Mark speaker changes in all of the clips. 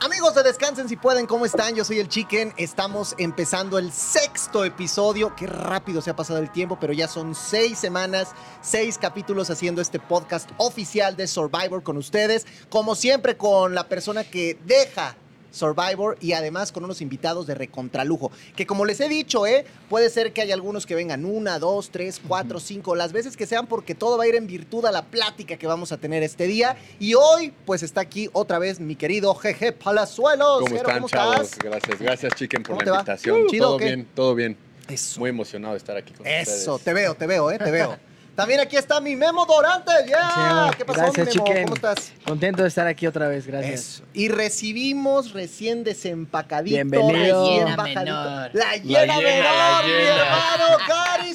Speaker 1: Amigos de Descansen si pueden, ¿cómo están? Yo soy el Chicken. Estamos empezando el sexto episodio. Qué rápido se ha pasado el tiempo, pero ya son seis semanas, seis capítulos haciendo este podcast oficial de Survivor con ustedes. Como siempre, con la persona que deja Survivor y además con unos invitados de recontralujo. Que como les he dicho, ¿eh? puede ser que haya algunos que vengan una, dos, tres, cuatro, cinco, las veces que sean, porque todo va a ir en virtud a la plática que vamos a tener este día. Y hoy, pues está aquí otra vez mi querido Jeje Palazuelos.
Speaker 2: ¿Cómo
Speaker 1: Jero,
Speaker 2: están, chavos?
Speaker 1: estás?
Speaker 2: Gracias, gracias, Chicken,
Speaker 1: ¿Cómo
Speaker 2: por
Speaker 1: te
Speaker 2: la
Speaker 1: va?
Speaker 2: invitación.
Speaker 1: ¿Chido o
Speaker 2: todo
Speaker 1: qué?
Speaker 2: bien, todo bien.
Speaker 1: Eso,
Speaker 2: Muy emocionado de estar aquí con
Speaker 1: eso,
Speaker 2: ustedes.
Speaker 1: te veo, te veo, ¿eh? te veo. También aquí está mi Memo Dorante. ¡Yeah!
Speaker 3: Sí,
Speaker 1: ¿Qué pasó,
Speaker 3: gracias,
Speaker 1: mi Memo?
Speaker 3: Chicken.
Speaker 1: ¿Cómo estás?
Speaker 3: Contento de estar aquí otra vez, gracias.
Speaker 1: Eso. Y recibimos recién desempacadito,
Speaker 3: Bienvenido.
Speaker 1: recién
Speaker 4: La hiena
Speaker 1: bajadito.
Speaker 4: menor.
Speaker 1: La llena
Speaker 2: La hiena,
Speaker 1: menor,
Speaker 2: la
Speaker 1: mi
Speaker 2: hiena.
Speaker 1: hermano Gary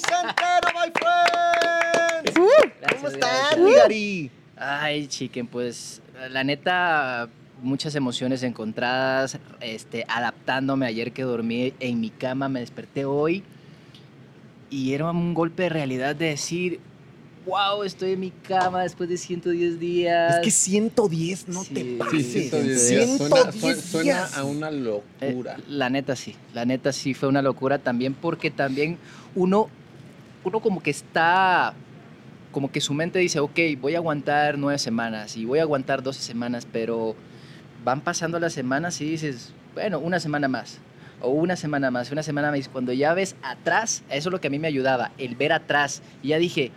Speaker 1: Centeno, my friend.
Speaker 4: Gracias, Uh.
Speaker 1: ¿Cómo estás,
Speaker 4: gracias.
Speaker 1: mi Gary?
Speaker 4: Ay, chiquen, pues la neta, muchas emociones encontradas, este, adaptándome ayer que dormí en mi cama, me desperté hoy y era un golpe de realidad de decir, wow, estoy en mi cama después de 110 días.
Speaker 1: Es que 110, no
Speaker 4: Sí.
Speaker 1: te
Speaker 2: Sí,
Speaker 1: pases.
Speaker 4: Sí,
Speaker 2: 110 días. Suena,
Speaker 1: 110
Speaker 2: suena- suena
Speaker 1: días.
Speaker 2: a una
Speaker 4: Eh,
Speaker 2: locura.
Speaker 4: la neta sí, la neta sí fue una locura también porque también uno, uno como que está, como que su mente dice, ok, voy a aguantar nueve semanas y voy a aguantar doce semanas, pero van pasando las semanas y dices, bueno, una semana más. O una semana más, una semana más. Cuando ya ves atrás, eso es lo que a mí me ayudaba, el ver atrás. Y ya dije,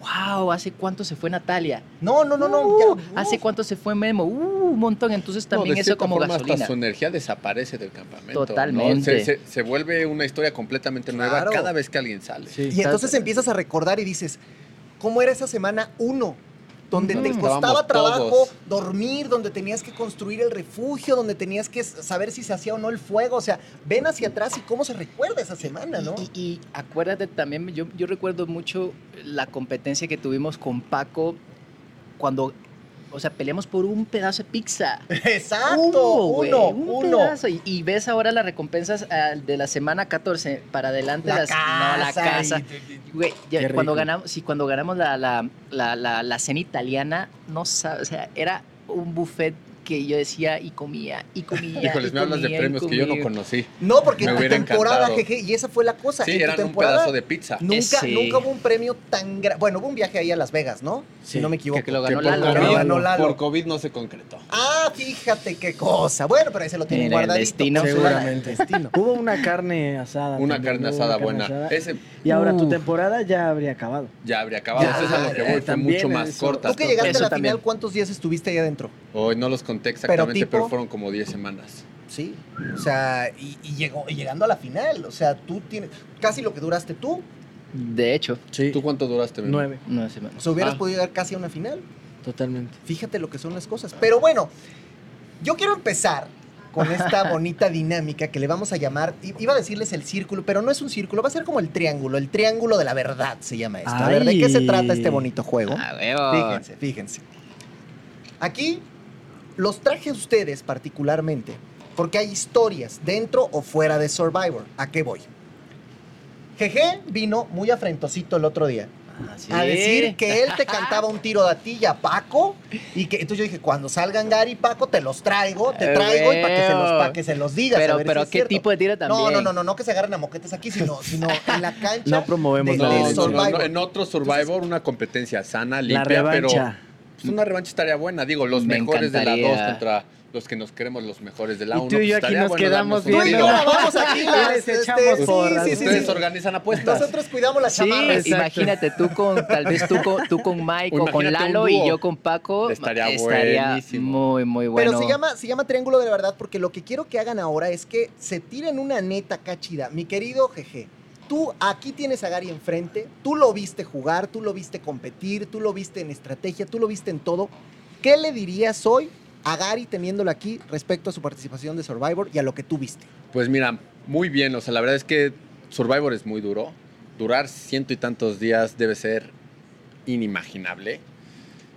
Speaker 4: wow, ¿hace cuánto se fue Natalia?
Speaker 1: No, no, no, no.
Speaker 4: Uh,
Speaker 1: ya-
Speaker 4: ¿Hace cuánto se fue Memo? Uh, un montón. Entonces
Speaker 2: No,
Speaker 4: también
Speaker 2: de
Speaker 4: eso
Speaker 2: cierta
Speaker 4: como
Speaker 2: forma, hasta
Speaker 4: gasolina.
Speaker 2: su energía desaparece del campamento. ¿no?
Speaker 4: Totalmente.
Speaker 2: Se, se- se vuelve una historia completamente nueva
Speaker 1: Claro.
Speaker 2: cada vez que alguien sale.
Speaker 3: Sí.
Speaker 1: Y entonces empiezas a recordar y dices, ¿cómo era esa semana 1? Donde
Speaker 4: Ujú.
Speaker 1: te costaba
Speaker 2: Estábamos
Speaker 1: trabajo
Speaker 2: todos.
Speaker 1: dormir, donde tenías que construir el refugio, donde tenías que s- saber si se hacía o no el fuego. O sea, ven hacia atrás y cómo se recuerda esa semana,
Speaker 4: Y-
Speaker 1: ¿no?
Speaker 4: Y, y acuérdate también, yo, yo recuerdo mucho la competencia que tuvimos con Paco cuando, o sea, peleamos por un pedazo de pizza.
Speaker 1: Exacto,
Speaker 4: güey,
Speaker 1: uno,
Speaker 4: un
Speaker 1: uno.
Speaker 4: pedazo. Y, y ves ahora las recompensas ah, de la semana 14 para adelante.
Speaker 1: La
Speaker 4: las, no, la
Speaker 1: casa
Speaker 4: casa. Güey, ya
Speaker 3: Qué
Speaker 4: cuando
Speaker 3: rico.
Speaker 4: ganamos, sí, cuando ganamos la, la, la, la, la cena italiana, no sabes, o sea, era un buffet que yo decía y comía y comía.
Speaker 2: Híjoles,
Speaker 4: y
Speaker 2: me hablas de
Speaker 4: comía, y
Speaker 2: premios que yo no
Speaker 4: comía.
Speaker 2: conocí.
Speaker 1: No, porque
Speaker 2: Me
Speaker 1: en tu
Speaker 2: hubiera
Speaker 1: temporada,
Speaker 2: encantado.
Speaker 1: jeje, y esa fue la cosa.
Speaker 2: Sí,
Speaker 1: en tu
Speaker 2: eran un
Speaker 1: temporada
Speaker 2: pedazo de pizza.
Speaker 1: nunca,
Speaker 4: Ese.
Speaker 1: nunca hubo un premio tan grande. Bueno, hubo un viaje ahí a Las Vegas, ¿no? Si
Speaker 3: Sí,
Speaker 1: no me
Speaker 4: Que-
Speaker 1: equivoco.
Speaker 4: que lo
Speaker 2: Que
Speaker 4: ganó
Speaker 2: por,
Speaker 4: Lalo,
Speaker 2: COVID,
Speaker 4: ¿no?
Speaker 1: ganó Lalo.
Speaker 2: por COVID no se concretó.
Speaker 1: Ah, fíjate qué cosa. Bueno, pero ahí se lo tienen
Speaker 4: En el
Speaker 1: guardadito.
Speaker 4: destino.
Speaker 3: Seguramente.
Speaker 1: El destino.
Speaker 3: Hubo una carne
Speaker 4: Ah,
Speaker 3: asada.
Speaker 2: Una
Speaker 3: también,
Speaker 2: carne
Speaker 3: hubo
Speaker 2: asada
Speaker 3: una carne
Speaker 2: buena.
Speaker 3: asada.
Speaker 2: Ese
Speaker 3: Y ahora tu
Speaker 4: Uf.
Speaker 3: temporada ya habría acabado.
Speaker 2: ya habría acabado.
Speaker 1: Ya,
Speaker 2: eso es a lo que
Speaker 3: eh,
Speaker 2: voy. Fue
Speaker 3: también
Speaker 2: mucho más
Speaker 3: eso.
Speaker 2: corta.
Speaker 1: Tú que llegaste
Speaker 4: Eso
Speaker 1: a la
Speaker 4: también.
Speaker 1: final, ¿cuántos días estuviste ahí adentro?
Speaker 2: Hoy no los conté exactamente, pero,
Speaker 1: tipo-
Speaker 2: fueron como 10 semanas.
Speaker 1: Sí. O sea, y, y llegó, y llegando a la final. O sea, tú tienes. Casi lo que duraste tú.
Speaker 4: De hecho,
Speaker 3: Sí.
Speaker 2: ¿Tú cuánto duraste? Memo?
Speaker 3: Nueve,
Speaker 4: no sé, man.
Speaker 1: O sea, hubieras
Speaker 2: Ah.
Speaker 1: podido llegar casi a una final.
Speaker 3: totalmente.
Speaker 1: Fíjate lo que son las cosas. Pero bueno, yo quiero empezar con esta bonita dinámica que le vamos a llamar. i- Iba a decirles el círculo, pero no es un círculo, va a ser como el triángulo. El triángulo de la verdad se llama esto. A ver, ¿de qué se
Speaker 3: Ay.
Speaker 1: trata este bonito juego?
Speaker 4: Ah, huevo.
Speaker 1: Fíjense, fíjense. Aquí los traje a ustedes particularmente porque hay historias dentro o fuera de Survivor. ¿A qué voy? Jeje vino muy afrentosito el otro día
Speaker 4: Ah, sí.
Speaker 1: a decir que él te cantaba un tiro de a ti y a Paco. Y que entonces yo dije, cuando salgan Gary y Paco, te los traigo, te
Speaker 4: Eh,
Speaker 1: traigo y para que se los,
Speaker 4: veo.
Speaker 1: pa' que se los digas. a
Speaker 4: Pero,
Speaker 1: ver si
Speaker 4: pero
Speaker 1: es
Speaker 4: ¿qué
Speaker 1: cierto.
Speaker 4: tipo de tiro también?
Speaker 1: No, no, no, no, no que se agarren a moquetes aquí, sino, sino en la cancha.
Speaker 3: No promovemos
Speaker 1: de-
Speaker 3: la
Speaker 1: de
Speaker 2: No, no,
Speaker 3: violencia.
Speaker 2: no,
Speaker 1: Survivor.
Speaker 2: no, en otro Survivor, una competencia sana,
Speaker 3: La
Speaker 2: limpia, pero
Speaker 3: revancha.
Speaker 2: pues, una revancha estaría buena. Digo, los
Speaker 4: Me
Speaker 2: mejores de la
Speaker 4: encantaría.
Speaker 2: 2 contra los que nos queremos los mejores de la pues,
Speaker 3: Y
Speaker 2: 1.
Speaker 3: tú y yo aquí nos quedamos
Speaker 1: Tú y yo
Speaker 3: Viendo.
Speaker 1: grabamos aquí las,
Speaker 3: Les
Speaker 1: este,
Speaker 3: echamos
Speaker 1: sí,
Speaker 3: porras.
Speaker 1: sí, sí,
Speaker 2: Ustedes
Speaker 1: sí.
Speaker 2: organizan apuestas.
Speaker 1: Nosotros cuidamos las
Speaker 4: Sí,
Speaker 1: chamarras.
Speaker 3: exacto.
Speaker 4: imagínate tú con, tal vez tú con, tú con Mike o con
Speaker 2: Imagínate un
Speaker 4: Lalo y
Speaker 2: dúo.
Speaker 4: yo con Paco.
Speaker 2: Estaría buenísimo.
Speaker 4: muy, muy bueno.
Speaker 1: Pero se llama, se llama Triángulo de la Verdad porque lo que quiero que hagan ahora es que se tiren una neta cachida. Mi querido Jeje, tú aquí tienes a Gary enfrente, tú lo viste jugar, tú lo viste competir, tú lo viste en estrategia, tú lo viste en todo. ¿Qué le dirías hoy a Gary teniéndolo aquí respecto a su participación de Survivor y a lo que tú viste?
Speaker 2: Pues mira, muy bien. O sea, la verdad es que Survivor es muy duro. Durar ciento y tantos días debe ser inimaginable.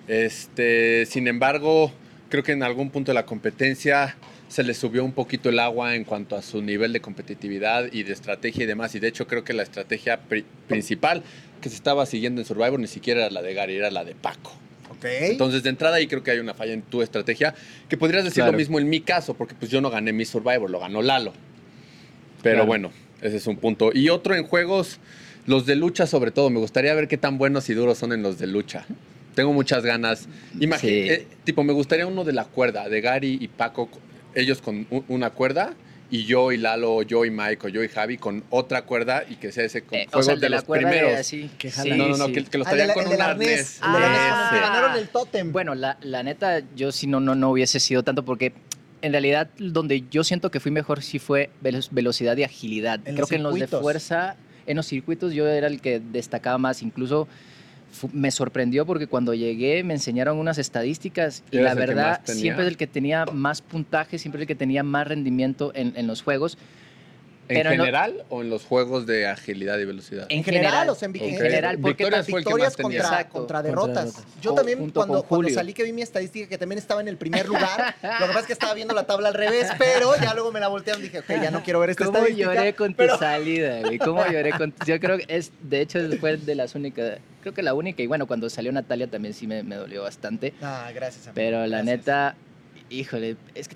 Speaker 2: Este, sin embargo, creo que en algún punto de la competencia se le subió un poquito el agua en cuanto a su nivel de competitividad y de estrategia y demás. Y de hecho, creo que la estrategia pri- principal que se estaba siguiendo en Survivor ni siquiera era la de Gary, era la de Paco.
Speaker 1: Ok.
Speaker 2: Entonces, de entrada, ahí creo que hay una falla en tu estrategia, que podrías decir
Speaker 4: Claro.
Speaker 2: lo mismo en mi caso, porque pues yo no gané mi Survivor, lo ganó Lalo. Pero
Speaker 4: Claro.
Speaker 2: bueno, ese es un punto. Y otro en juegos, los de lucha sobre todo. Me gustaría ver qué tan buenos y duros son en los de lucha. Tengo muchas ganas. Imagi-
Speaker 4: Sí.
Speaker 2: eh, tipo, me gustaría uno de la cuerda, de Gary y Paco, co- ellos con u- una cuerda. Y yo y Lalo, o yo y Mike, o yo y Javi con otra cuerda y que sea ese con
Speaker 4: Eh,
Speaker 2: juego
Speaker 4: o sea, el
Speaker 2: de,
Speaker 4: de, la
Speaker 2: los
Speaker 4: cuerda
Speaker 2: primeros.
Speaker 4: de así.
Speaker 3: Que
Speaker 4: Sí,
Speaker 3: jala.
Speaker 2: no, no, no,
Speaker 4: sí.
Speaker 2: que, que los
Speaker 1: Ah, el de
Speaker 2: traían
Speaker 1: la-
Speaker 2: con
Speaker 1: el del
Speaker 2: un
Speaker 1: arnés.
Speaker 2: arnés.
Speaker 1: El del arnés
Speaker 4: Ah.
Speaker 1: con el que ganaron el tótem.
Speaker 4: Bueno, la, la neta, yo sí no, no, no hubiese sido tanto porque en realidad donde yo siento que fui mejor sí fue velo- velocidad y agilidad.
Speaker 1: En
Speaker 4: Creo
Speaker 1: los
Speaker 4: que en los de
Speaker 1: circuitos.
Speaker 4: fuerza, en los circuitos yo era el que destacaba más. Incluso fu- me sorprendió porque cuando llegué me enseñaron unas estadísticas y
Speaker 2: Eras
Speaker 4: la
Speaker 2: el que
Speaker 4: verdad
Speaker 2: más tenía.
Speaker 4: siempre es el que tenía más puntaje, siempre es el que tenía más rendimiento en, en los juegos.
Speaker 2: ¿En
Speaker 4: Pero no-
Speaker 2: general o en los juegos de agilidad y velocidad?
Speaker 1: en
Speaker 4: En
Speaker 1: general,
Speaker 4: general,
Speaker 1: o sea, en, vi-
Speaker 2: Ok.
Speaker 1: en
Speaker 4: general, porque
Speaker 2: Victorias fue el que
Speaker 1: victorias
Speaker 2: más tenía.
Speaker 1: contra,
Speaker 4: Exacto.
Speaker 1: contra derrotas.
Speaker 3: Contra derrotas.
Speaker 1: Yo
Speaker 4: Con-
Speaker 1: también,
Speaker 4: junto con
Speaker 1: cuando, cuando
Speaker 4: Julio.
Speaker 1: salí que vi mi estadística, que también estaba en el primer lugar, lo que pasa es que estaba viendo la tabla al revés, pero ya luego me la voltearon y dije, ok, ya no quiero ver esta
Speaker 4: ¿Cómo
Speaker 1: estadística.
Speaker 4: lloré con tu
Speaker 1: pero-
Speaker 4: salida, güey? ¿Cómo lloré con tu... Yo creo que es, de hecho, fue de las únicas, creo que la única, y bueno, cuando salió Natalia también sí me, me dolió bastante,
Speaker 1: Ah, gracias, amigo.
Speaker 4: pero la
Speaker 1: Gracias.
Speaker 4: neta, híjole, es que,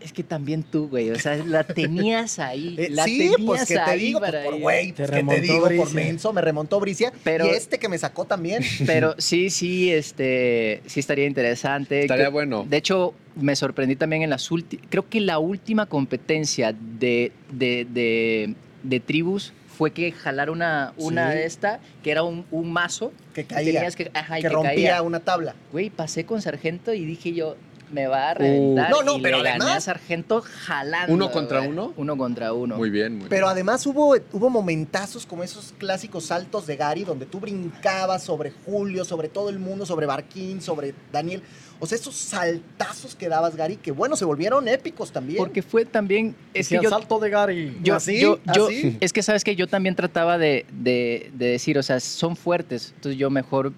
Speaker 4: es que también tú, güey, o sea, la tenías ahí,
Speaker 1: Eh,
Speaker 4: la
Speaker 1: sí,
Speaker 4: tenías
Speaker 1: pues que te
Speaker 4: ahí
Speaker 1: digo, pues,
Speaker 4: para
Speaker 1: por
Speaker 4: ir.
Speaker 1: güey,
Speaker 3: Te
Speaker 1: pues, que te
Speaker 3: remontó
Speaker 1: digo por
Speaker 3: Bricia.
Speaker 1: menso, me remontó Bricia.
Speaker 4: Pero-
Speaker 1: y este que me sacó también.
Speaker 4: Pero sí, sí, este, sí estaría interesante.
Speaker 2: Estaría
Speaker 4: Que-
Speaker 2: bueno.
Speaker 4: De hecho, me sorprendí también en las últimas. Creo que la última competencia de, de, de, de tribus fue que jalar una, una
Speaker 1: Sí.
Speaker 4: de esta, que era un, un mazo.
Speaker 1: Que
Speaker 4: y
Speaker 1: caía,
Speaker 4: tenías que, ajá, y
Speaker 1: que
Speaker 4: que
Speaker 1: rompía
Speaker 4: caía.
Speaker 1: una tabla.
Speaker 4: Güey, pasé con Sargento y dije yo, me va a
Speaker 2: Uh.
Speaker 4: reventar.
Speaker 1: No, no,
Speaker 4: y
Speaker 1: pero
Speaker 4: le gané
Speaker 1: además-
Speaker 4: a Sargento jalando.
Speaker 2: ¿Uno contra
Speaker 4: güey.
Speaker 2: uno?
Speaker 4: Uno contra uno.
Speaker 2: Muy bien, muy
Speaker 1: Pero
Speaker 2: bien.
Speaker 1: además hubo, hubo momentazos como esos clásicos saltos de Gary, donde tú brincabas sobre Julio, sobre todo el mundo, sobre Barquín, sobre Daniel. O sea, esos saltazos que dabas, Gary, que bueno, se volvieron épicos también.
Speaker 4: Porque fue también. Es que
Speaker 3: Decían,
Speaker 4: yo,
Speaker 3: salto de Gary.
Speaker 4: yo,
Speaker 1: ¿Así?
Speaker 4: yo, yo-
Speaker 1: ¿Así?
Speaker 4: es que sabes que yo también trataba de, de- de decir, o sea, son fuertes, entonces yo mejor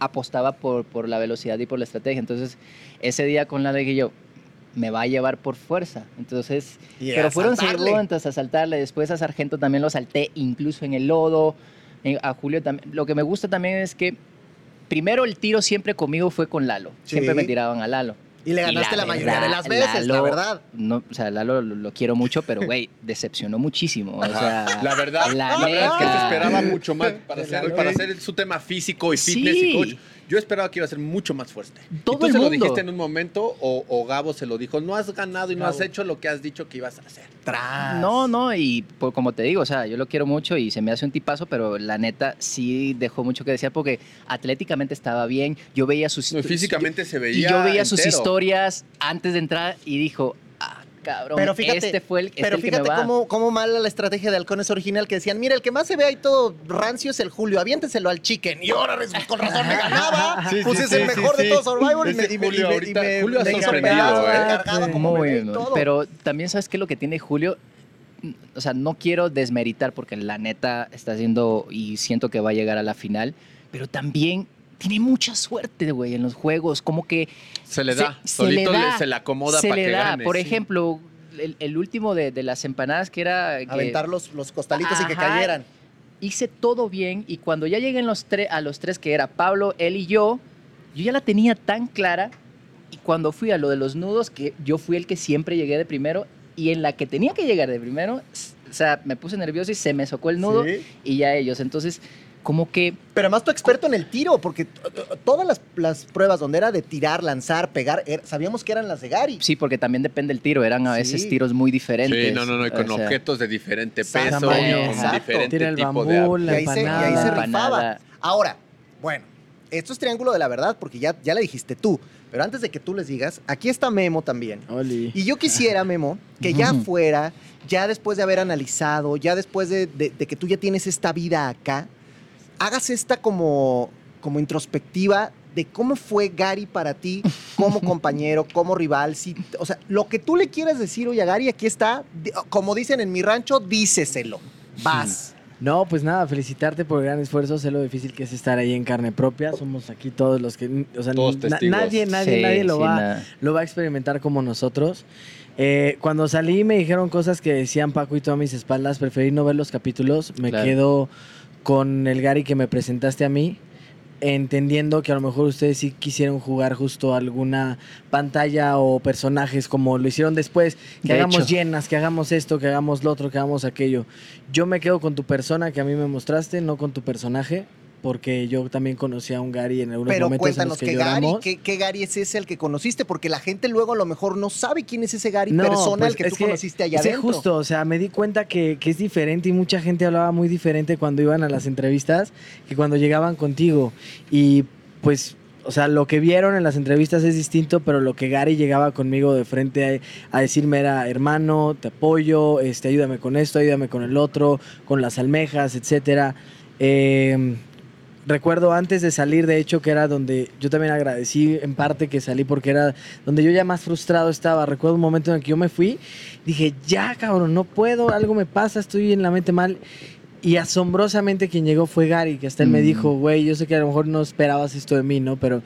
Speaker 4: apostaba por, por la velocidad y por la estrategia. Entonces, ese día con la dije yo, me va a llevar por fuerza. Entonces,
Speaker 1: Y
Speaker 4: pero
Speaker 1: a
Speaker 4: fueron
Speaker 1: saltarle.
Speaker 4: segundas a saltarle, después a Sargento también lo salté, incluso en el lodo, en- a Julio también. Lo que me gusta también es que primero el tiro siempre conmigo fue con Lalo,
Speaker 1: Sí.
Speaker 4: siempre me tiraban a Lalo.
Speaker 1: Y le
Speaker 4: Y
Speaker 1: ganaste la,
Speaker 4: la
Speaker 1: mayoría de
Speaker 4: verdad,
Speaker 1: las veces, la
Speaker 4: Lalo-
Speaker 1: verdad.
Speaker 4: No, o sea, Lalo lo, lo quiero mucho, pero güey, decepcionó muchísimo. O sea,
Speaker 2: la verdad,
Speaker 4: ah, la
Speaker 2: la verdad es que se
Speaker 4: neta.
Speaker 2: esperaba mucho más para
Speaker 3: De la
Speaker 2: hacer,
Speaker 3: ley.
Speaker 2: para hacer su tema físico y fitness
Speaker 4: Sí.
Speaker 2: y coach. Yo esperaba que iba a ser mucho más fuerte. ¿Y
Speaker 4: Todo
Speaker 2: tú
Speaker 4: el
Speaker 2: se lo
Speaker 4: mundo.
Speaker 2: dijiste en un momento o, o Gabo se lo dijo? No has ganado y no has
Speaker 3: Gabo.
Speaker 2: hecho lo que has dicho que ibas a hacer.
Speaker 1: Tras.
Speaker 4: No, no, y por- como te digo, o sea, yo lo quiero mucho y se me hace un tipazo, pero la neta sí dejó mucho que desear porque atléticamente estaba bien. Yo veía sus.
Speaker 2: No, y físicamente se
Speaker 4: yo-
Speaker 2: veía
Speaker 4: y yo veía sus
Speaker 2: entero.
Speaker 4: historias antes de entrar y dijo, ah, cabrón,
Speaker 1: Pero fíjate-
Speaker 4: este fue el, este
Speaker 1: Pero
Speaker 4: el que
Speaker 1: fíjate
Speaker 4: me va".
Speaker 1: cómo, cómo mala la estrategia de Halcones original que decían, mira, el que más se ve ahí todo rancio es el Julio, aviénteselo al chicken. Y ahora res- con razón me ganaba.
Speaker 2: Sí, sí,
Speaker 1: pues es
Speaker 2: sí,
Speaker 1: el
Speaker 2: sí,
Speaker 1: mejor de
Speaker 2: sí.
Speaker 1: todos Survivor y
Speaker 2: Ese
Speaker 1: me y me- y
Speaker 2: Julio
Speaker 1: me- y
Speaker 2: ahorita-
Speaker 1: me-
Speaker 2: Julio ha
Speaker 1: me
Speaker 2: sorprendido,
Speaker 1: cargaba,
Speaker 2: ¿eh?
Speaker 1: me cargaba como bebé
Speaker 4: Muy
Speaker 1: y
Speaker 4: bien,
Speaker 1: todo.
Speaker 4: pero también sabes que lo que tiene Julio, mm, o sea, no quiero desmeritar porque la neta está haciendo y siento que va a llegar a la final, pero también tiene mucha suerte, güey, en los juegos, como que
Speaker 2: Se le
Speaker 4: Se-
Speaker 2: da.
Speaker 4: se
Speaker 2: Solito
Speaker 4: le
Speaker 2: le-
Speaker 4: da.
Speaker 2: se le acomoda
Speaker 4: se
Speaker 2: para
Speaker 4: le
Speaker 2: que
Speaker 4: da,
Speaker 2: gane.
Speaker 4: por
Speaker 2: sí.
Speaker 4: ejemplo, el, el último de, de las empanadas que era... que-
Speaker 1: Aventar los, los costalitos y que
Speaker 4: Ajá.
Speaker 1: cayeran.
Speaker 4: hice todo bien y cuando ya llegué en los tre- a los tres que era Pablo, él y yo, yo ya la tenía tan clara y cuando fui a lo de los nudos, que yo fui el que siempre llegué de primero y en la que tenía que llegar de primero, s- o sea, me puse nervioso y se me socó el nudo
Speaker 1: Sí.
Speaker 4: y ya ellos. Entonces, como que
Speaker 1: Pero además tú experto en el tiro, porque t- t- todas las, las pruebas donde era de tirar, lanzar, pegar, er- sabíamos que eran las de Gary.
Speaker 4: sí, porque también depende el tiro, eran a
Speaker 1: Sí.
Speaker 4: veces tiros muy diferentes.
Speaker 2: Sí, no, no, no, y con
Speaker 4: o sea,
Speaker 2: objetos de diferente peso,
Speaker 1: Exacto.
Speaker 2: y con
Speaker 1: Exacto.
Speaker 2: diferente
Speaker 3: Tira el
Speaker 2: tipo
Speaker 3: bambú,
Speaker 2: de arte.
Speaker 1: Y
Speaker 3: la
Speaker 1: ahí se- y ahí se
Speaker 3: empanada.
Speaker 1: rifaba.
Speaker 4: Empanada.
Speaker 1: Ahora, bueno, esto es triángulo de la verdad, porque ya, ya le dijiste tú. Pero antes de que tú les digas, aquí está Memo también.
Speaker 3: Oli.
Speaker 1: Y yo quisiera, Memo, que ya
Speaker 4: Ujú.
Speaker 1: fuera, ya después de haber analizado, ya después de, de- de que tú ya tienes esta vida acá, hagas esta como, como introspectiva de cómo fue Gary para ti como compañero, como rival. Si, o sea, lo que tú le quieras decir hoy a Gary, aquí está. Di- Como dicen en mi rancho, díceselo. Vas.
Speaker 3: No, pues nada, felicitarte por el gran esfuerzo. Sé lo difícil que es estar ahí en carne propia. Somos aquí todos los que. O sea,
Speaker 2: Todos
Speaker 3: na-
Speaker 2: testigos.
Speaker 3: nadie, nadie,
Speaker 4: sí,
Speaker 3: nadie lo
Speaker 4: sí,
Speaker 3: va,
Speaker 4: nada.
Speaker 3: lo va a experimentar como nosotros. Eh, cuando salí me dijeron cosas que decían Paco y tú a mis espaldas. Preferí no ver los capítulos. Me
Speaker 4: Claro.
Speaker 3: quedo con el Gary que me presentaste a mí. entendiendo que a lo mejor ustedes sí quisieron jugar justo alguna pantalla o personajes como lo hicieron después, que
Speaker 4: De
Speaker 3: hagamos
Speaker 4: hecho.
Speaker 3: llenas, que hagamos esto, que hagamos lo otro, que hagamos aquello. Yo me quedo con tu persona que a mí me mostraste, no con tu personaje, porque yo también conocí a un Gary en algunos
Speaker 1: Pero
Speaker 3: momentos en los
Speaker 1: cuéntanos
Speaker 3: que
Speaker 1: qué Gary,
Speaker 3: lloramos.
Speaker 1: qué, qué Gary es ese al que conociste, porque la gente luego a lo mejor no sabe quién es ese Gary
Speaker 3: No,
Speaker 1: persona
Speaker 3: pues,
Speaker 1: al que
Speaker 3: es
Speaker 1: tú conociste allá
Speaker 3: sí,
Speaker 1: adentro.
Speaker 3: justo, o sea, me di cuenta que, que es diferente y mucha gente hablaba muy diferente cuando iban a las entrevistas que cuando llegaban contigo. Y pues, o sea, lo que vieron en las entrevistas es distinto, pero lo que Gary llegaba conmigo de frente a, a decirme era, hermano, te apoyo, este, ayúdame con esto, ayúdame con el otro, con las almejas, etcétera. Eh, Recuerdo antes de salir, de hecho, que era donde yo también agradecí en parte que salí porque era donde yo ya más frustrado estaba. Recuerdo un momento en el que yo me fui, dije, ya cabrón, no puedo, algo me pasa, estoy en la mente mal. Y asombrosamente quien llegó fue Gary, que hasta él me
Speaker 4: Mm.
Speaker 3: dijo, güey, yo sé que a lo mejor no esperabas esto de mí, ¿no? Pero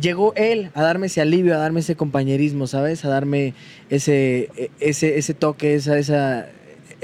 Speaker 3: llegó él a darme ese alivio, a darme ese compañerismo, ¿sabes? A darme ese, e- ese, ese toque, esa, esa,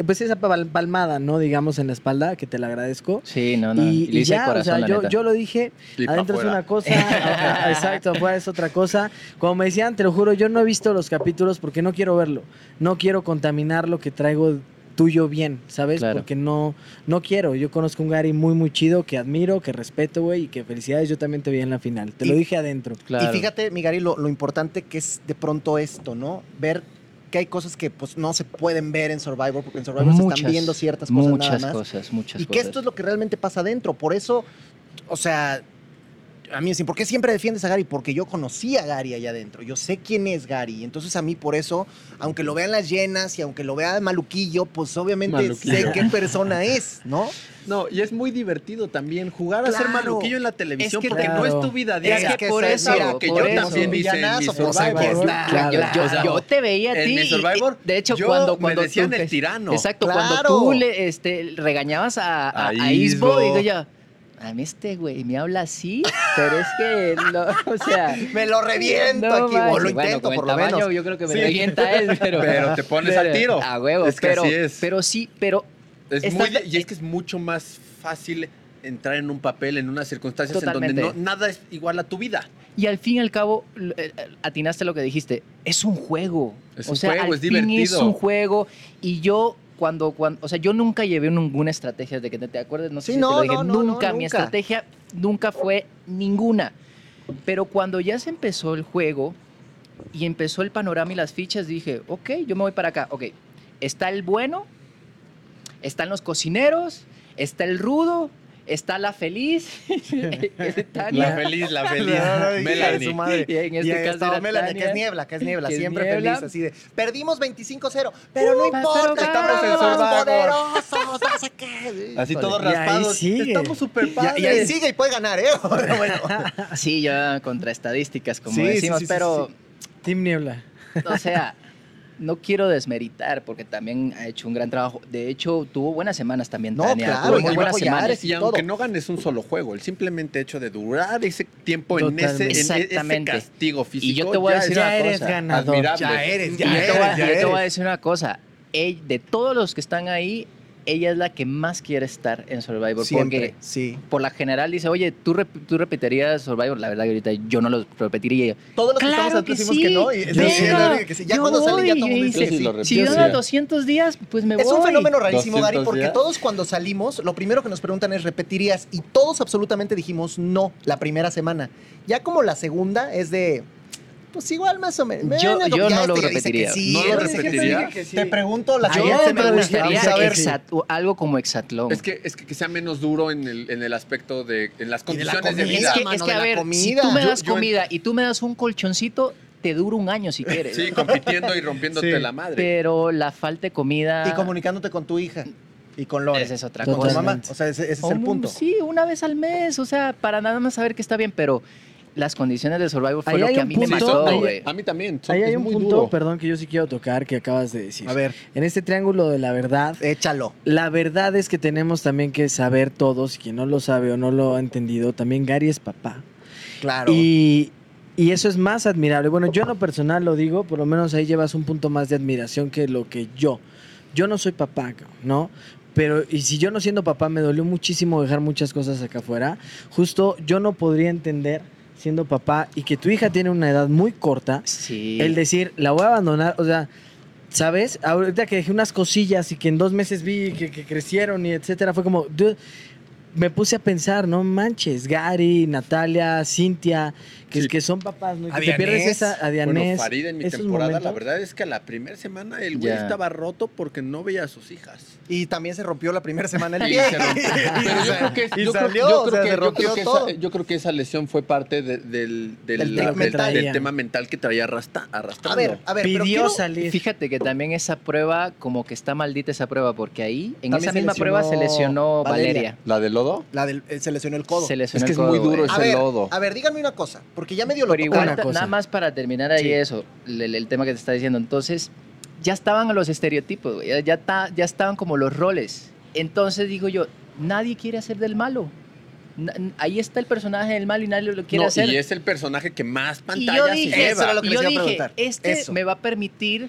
Speaker 3: pues esa pal- palmada, ¿no? Digamos en la espalda, que te la agradezco.
Speaker 4: Sí, no, no.
Speaker 3: y,
Speaker 4: le
Speaker 3: y
Speaker 4: hice de
Speaker 3: ya,
Speaker 4: corazón,
Speaker 3: o sea,
Speaker 4: la
Speaker 3: yo,
Speaker 4: neta.
Speaker 3: yo lo dije,
Speaker 2: Y pa'
Speaker 3: Adentro es
Speaker 2: fuera.
Speaker 3: una cosa, ajá, exacto, afuera es otra cosa. Como me decían, te lo juro, yo no he visto los capítulos porque no quiero verlo. No quiero contaminar lo que traigo tuyo bien, ¿sabes?
Speaker 4: Claro.
Speaker 3: Porque no, no quiero. Yo conozco un Gary muy, muy chido que admiro, que respeto, güey, y que felicidades, yo también te vi en la final. Te lo
Speaker 1: Y-
Speaker 3: dije adentro.
Speaker 4: Claro.
Speaker 1: Y fíjate, mi Gary, lo, lo importante que es de pronto esto, ¿no? Ver que hay cosas que pues no se pueden ver en Survivor, porque en Survivor se están
Speaker 4: Muchas,
Speaker 1: viendo ciertas cosas
Speaker 4: Muchas
Speaker 1: nada más.
Speaker 4: cosas, muchas
Speaker 1: y que
Speaker 4: cosas.
Speaker 1: esto es lo que realmente pasa adentro. Por eso, o sea, a mí me dicen, ¿por qué siempre defiendes a Gary? Porque yo conocí a Gary allá adentro. Yo sé quién es Gary. Entonces, a mí, por eso, aunque lo vean las llenas y aunque lo vea maluquillo, pues obviamente sé
Speaker 2: Maluquillo.
Speaker 1: qué persona es, ¿no?
Speaker 2: No, y es muy divertido también jugar a ser
Speaker 1: Claro.
Speaker 2: maluquillo en la televisión
Speaker 4: Es que-
Speaker 2: porque
Speaker 3: Claro.
Speaker 2: no es tu vida
Speaker 4: que
Speaker 2: diaria.
Speaker 4: por
Speaker 1: es-
Speaker 4: eso,
Speaker 2: Mira, que
Speaker 4: por
Speaker 2: yo
Speaker 4: eso.
Speaker 2: también hice en mi
Speaker 1: Villanazo, pues,
Speaker 2: Survivor.
Speaker 1: aquí está.
Speaker 4: Claro, yo, yo-
Speaker 2: O sea,
Speaker 4: yo te veía a
Speaker 2: en
Speaker 4: ti.
Speaker 2: mi
Speaker 4: y-
Speaker 2: Survivor,
Speaker 4: de hecho,
Speaker 2: yo
Speaker 4: cuando,
Speaker 2: me
Speaker 4: cuando
Speaker 2: decían
Speaker 4: tú-
Speaker 2: el tirano.
Speaker 4: Exacto, cuando
Speaker 1: Claro.
Speaker 4: tú le, este, regañabas a, a,
Speaker 2: A
Speaker 4: a Isbo,
Speaker 2: Isbo.
Speaker 4: digo yo, a mí este güey me habla así, pero es que, no, o sea...
Speaker 1: Me lo reviento
Speaker 4: no
Speaker 1: aquí, o lo
Speaker 4: manches. Bueno,
Speaker 1: intento
Speaker 4: con el
Speaker 1: por lo
Speaker 4: tamaño,
Speaker 1: menos.
Speaker 4: Yo creo que me
Speaker 2: Sí.
Speaker 4: revienta él, pero...
Speaker 2: Pero te pones al
Speaker 4: pero-
Speaker 2: tiro.
Speaker 4: A huevo,
Speaker 2: Es que
Speaker 4: pero,
Speaker 2: así es.
Speaker 4: pero sí, pero
Speaker 2: Es
Speaker 4: Está-
Speaker 2: muy de- y es que es mucho más fácil entrar en un papel, en unas circunstancias en
Speaker 4: Totalmente.
Speaker 2: donde no, nada es igual a tu vida.
Speaker 4: Y al fin y al cabo, l- eh, atinaste lo que dijiste. Es un juego.
Speaker 2: Es
Speaker 4: o
Speaker 2: un
Speaker 4: sea,
Speaker 2: juego,
Speaker 4: al
Speaker 2: es
Speaker 4: fin Es
Speaker 2: divertido.
Speaker 4: un juego. Y yo, cuando, cuando. O sea, yo nunca llevé ninguna estrategia de que te, te acuerdes. No sé
Speaker 1: Sí,
Speaker 4: si te
Speaker 1: no,
Speaker 4: lo dije.
Speaker 1: no, no,
Speaker 4: nunca,
Speaker 1: no,
Speaker 4: Mi
Speaker 1: nunca.
Speaker 4: estrategia nunca fue ninguna. Pero cuando ya se empezó el juego y empezó el panorama y las fichas, dije, ok, yo me voy para acá. Ok, está el bueno, están los cocineros, está el rudo, está la feliz,
Speaker 2: La
Speaker 4: está Tania.
Speaker 2: feliz, la feliz.
Speaker 1: Melanie.
Speaker 2: Melanie.
Speaker 4: Y en
Speaker 1: Y
Speaker 4: este
Speaker 1: ahí
Speaker 4: caso
Speaker 1: estaba
Speaker 4: era
Speaker 1: Melanie, que es
Speaker 4: Tania.
Speaker 1: niebla, que es niebla,
Speaker 4: que es
Speaker 1: siempre
Speaker 4: niebla.
Speaker 1: feliz, así de, perdimos 25-0, pero no
Speaker 4: Uh,
Speaker 1: importa,
Speaker 4: pero
Speaker 1: estamos en
Speaker 4: vamos,
Speaker 1: Survivor. poderosos, no sé qué.
Speaker 2: Así
Speaker 1: Híjole.
Speaker 2: todos
Speaker 3: Y ahí
Speaker 2: raspados.
Speaker 3: sigue.
Speaker 2: Estamos súper
Speaker 1: Y,
Speaker 2: padres.
Speaker 1: y ahí sigue y puede ganar, ¿eh? Bueno,
Speaker 4: Sí, ya contra estadísticas, como
Speaker 1: Sí, sí,
Speaker 4: decimos,
Speaker 1: sí, sí,
Speaker 4: pero,
Speaker 3: Team Niebla.
Speaker 4: o sea, no quiero desmeritar porque también ha hecho un gran trabajo. De hecho, tuvo buenas semanas también,
Speaker 1: No,
Speaker 4: Tania.
Speaker 1: claro,
Speaker 4: tuvo
Speaker 1: y
Speaker 4: muy
Speaker 1: va a
Speaker 4: buenas
Speaker 1: apoyar,
Speaker 4: semanas.
Speaker 1: es-
Speaker 2: Y aunque no ganes un solo juego, el simplemente hecho de durar ese tiempo en ese, en
Speaker 3: Totalmente.
Speaker 2: ese
Speaker 4: Exactamente.
Speaker 2: castigo físico.
Speaker 4: yo te voy
Speaker 2: ya
Speaker 4: a decir
Speaker 2: es
Speaker 4: una
Speaker 3: Ya eres
Speaker 4: cosa,
Speaker 3: ganador.
Speaker 2: admirable.
Speaker 1: ya eres,
Speaker 4: Y
Speaker 1: ya
Speaker 4: yo, te voy, a-
Speaker 1: eres, ya
Speaker 4: yo te voy a
Speaker 1: eres.
Speaker 4: decir una cosa. Ey, de todos los que están ahí, ella es la que más quiere estar en Survivor.
Speaker 1: Siempre,
Speaker 4: Porque
Speaker 1: sí.
Speaker 4: por la general dice, oye, ¿tú, rep- tú repetirías Survivor. La verdad que ahorita yo no lo repetiría.
Speaker 1: Todos los que
Speaker 4: Claro
Speaker 1: estamos
Speaker 4: que
Speaker 1: antes decimos que
Speaker 4: sí.
Speaker 1: no, y
Speaker 4: Yo
Speaker 1: entonces,
Speaker 4: sí.
Speaker 1: sí, la verdad que sí. ya
Speaker 4: Yo
Speaker 1: cuando salen ya
Speaker 4: voy,
Speaker 1: todo el mundo dice,
Speaker 4: yo
Speaker 2: Yo sí
Speaker 1: sí.
Speaker 2: lo repito.
Speaker 4: Si
Speaker 2: Yo
Speaker 4: dan
Speaker 2: sí.
Speaker 4: a 200 días, pues me voy.
Speaker 1: Es un fenómeno rarísimo, Gary,
Speaker 2: 200
Speaker 1: porque
Speaker 2: días.
Speaker 1: todos cuando salimos, lo primero que nos preguntan es repetirías y todos absolutamente dijimos no la primera semana. Ya como la segunda es de, pues igual más o menos.
Speaker 4: Yo-
Speaker 1: Bueno,
Speaker 4: yo
Speaker 1: ya
Speaker 4: no lo
Speaker 1: ya dice que
Speaker 4: repetiría.
Speaker 1: sí,
Speaker 2: No lo
Speaker 1: ya dice que
Speaker 2: repetiría.
Speaker 1: sí. Te pregunto la
Speaker 3: Ayer
Speaker 1: siguiente
Speaker 3: te
Speaker 1: me
Speaker 4: me
Speaker 3: pregunté,
Speaker 1: gustaría
Speaker 4: gustaría
Speaker 3: vamos a ver.
Speaker 4: exat- algo como exatlón.
Speaker 2: Es que, es que, que sea menos duro en el, en el aspecto de en las
Speaker 1: Y de la
Speaker 2: condiciones de,
Speaker 1: comida.
Speaker 2: vida.
Speaker 4: Es que,
Speaker 1: mano,
Speaker 4: es que,
Speaker 1: de
Speaker 4: a
Speaker 1: la
Speaker 4: ver, si
Speaker 1: comida.
Speaker 4: tú me
Speaker 2: Yo-
Speaker 4: das
Speaker 2: yo-
Speaker 4: comida y tú me das un colchoncito, te dura un año si quieres.
Speaker 2: Sí, compitiendo y rompiéndote la madre.
Speaker 4: Pero la falta de comida.
Speaker 1: Y comunicándote con tu hija y con Lore.
Speaker 4: Esa es otra
Speaker 1: con tu
Speaker 4: cosa.
Speaker 1: mamá. O sea, ese, ese es el
Speaker 4: Un-
Speaker 1: punto.
Speaker 4: Sí, una vez al mes. O sea, para nada más saber que está bien, pero las condiciones del Survivor fue
Speaker 3: Ahí
Speaker 4: lo
Speaker 3: hay
Speaker 4: que a
Speaker 3: un
Speaker 4: mí me
Speaker 3: punto,
Speaker 4: mató,
Speaker 3: ahí-
Speaker 4: güey.
Speaker 2: a mí también. son-
Speaker 3: Ahí
Speaker 2: es
Speaker 3: hay un
Speaker 2: muy
Speaker 3: punto,
Speaker 2: duro.
Speaker 3: perdón, que yo sí quiero tocar que acabas de decir.
Speaker 1: A ver,
Speaker 3: En este triángulo de la verdad,
Speaker 1: échalo.
Speaker 3: La verdad es que tenemos también que saber todos, y quien no lo sabe o no lo ha entendido, también Gary es papá.
Speaker 1: Claro.
Speaker 3: Y, y eso es más admirable. Bueno, yo en lo personal lo digo, por lo menos ahí llevas un punto más de admiración que lo que yo. Yo no soy papá, cabrón, ¿no? Pero, y si yo no siendo papá me dolió muchísimo dejar muchas cosas acá afuera, justo yo no podría entender siendo papá y que tu hija tiene una edad muy corta,
Speaker 4: Sí.
Speaker 3: el decir, la voy a abandonar, o sea, ¿sabes? Ahorita que dejé unas cosillas y que en dos meses vi que, que crecieron y etcétera, fue como, dude, me puse a pensar, no manches, Gary, Natalia, Cintia, que,
Speaker 2: Sí.
Speaker 3: que son papás, ¿no? Y
Speaker 1: A
Speaker 3: que te
Speaker 1: Dianés.
Speaker 3: pierdes esa, a Dianés.
Speaker 2: Bueno, Farid en mi
Speaker 3: esos
Speaker 2: temporada, la
Speaker 3: momentos.
Speaker 2: verdad es que a la primera semana el güey
Speaker 4: Ya.
Speaker 2: estaba roto porque no veía a sus hijas.
Speaker 1: Y también se rompió la primera semana el
Speaker 2: Y
Speaker 1: pie.
Speaker 2: se rompió. Pero yo creo que-
Speaker 1: Y
Speaker 2: yo
Speaker 1: salió,
Speaker 2: creo- yo
Speaker 1: o sea,
Speaker 2: creo que-
Speaker 1: se
Speaker 2: yo
Speaker 1: rompió
Speaker 2: creo que
Speaker 1: todo.
Speaker 2: esa- Yo creo que esa lesión fue parte de- del, del-
Speaker 1: Del
Speaker 2: la-
Speaker 1: tema
Speaker 2: del-
Speaker 3: mental.
Speaker 2: del tema mental que traía arrastra-
Speaker 1: A
Speaker 2: arrastrando.
Speaker 1: ver, a ver, pero
Speaker 3: Pidió
Speaker 1: quiero-
Speaker 3: salir.
Speaker 4: Fíjate que también esa prueba, como que está maldita esa prueba, porque ahí, en
Speaker 1: También
Speaker 4: esa
Speaker 1: se
Speaker 4: misma prueba, se
Speaker 1: lesionó
Speaker 4: lesionó
Speaker 1: Valeria.
Speaker 4: Valeria.
Speaker 2: ¿La de lodo?
Speaker 1: La del, eh, se lesionó el codo.
Speaker 4: Se
Speaker 2: Es
Speaker 4: lesionó
Speaker 2: que
Speaker 4: el
Speaker 2: es muy
Speaker 4: codo,
Speaker 2: duro
Speaker 4: güey.
Speaker 1: a
Speaker 2: ese
Speaker 1: ver,
Speaker 2: Pues lodo.
Speaker 1: a ver, díganme una cosa, porque ya medio lo
Speaker 4: Pero
Speaker 1: tocó.
Speaker 4: igual,
Speaker 3: Una
Speaker 4: ta-
Speaker 3: cosa.
Speaker 4: nada más para terminar ahí
Speaker 3: Sí.
Speaker 4: eso, el, el tema que te está diciendo. Entonces, ya estaban a los estereotipos, güey, ya, ya, ta- ya estaban como los roles. Entonces digo yo, nadie quiere hacer del malo. Na- n- ahí está el personaje del malo y nadie lo quiere
Speaker 2: No,
Speaker 4: hacer.
Speaker 2: y es el personaje que más
Speaker 4: Y
Speaker 2: pantallas
Speaker 4: yo
Speaker 2: se
Speaker 4: dije,
Speaker 1: Eso era
Speaker 2: lleva.
Speaker 1: lo que
Speaker 4: y
Speaker 1: les iba
Speaker 4: yo
Speaker 1: a
Speaker 4: dije,
Speaker 1: preguntar.
Speaker 4: este
Speaker 1: Eso.
Speaker 4: me va a permitir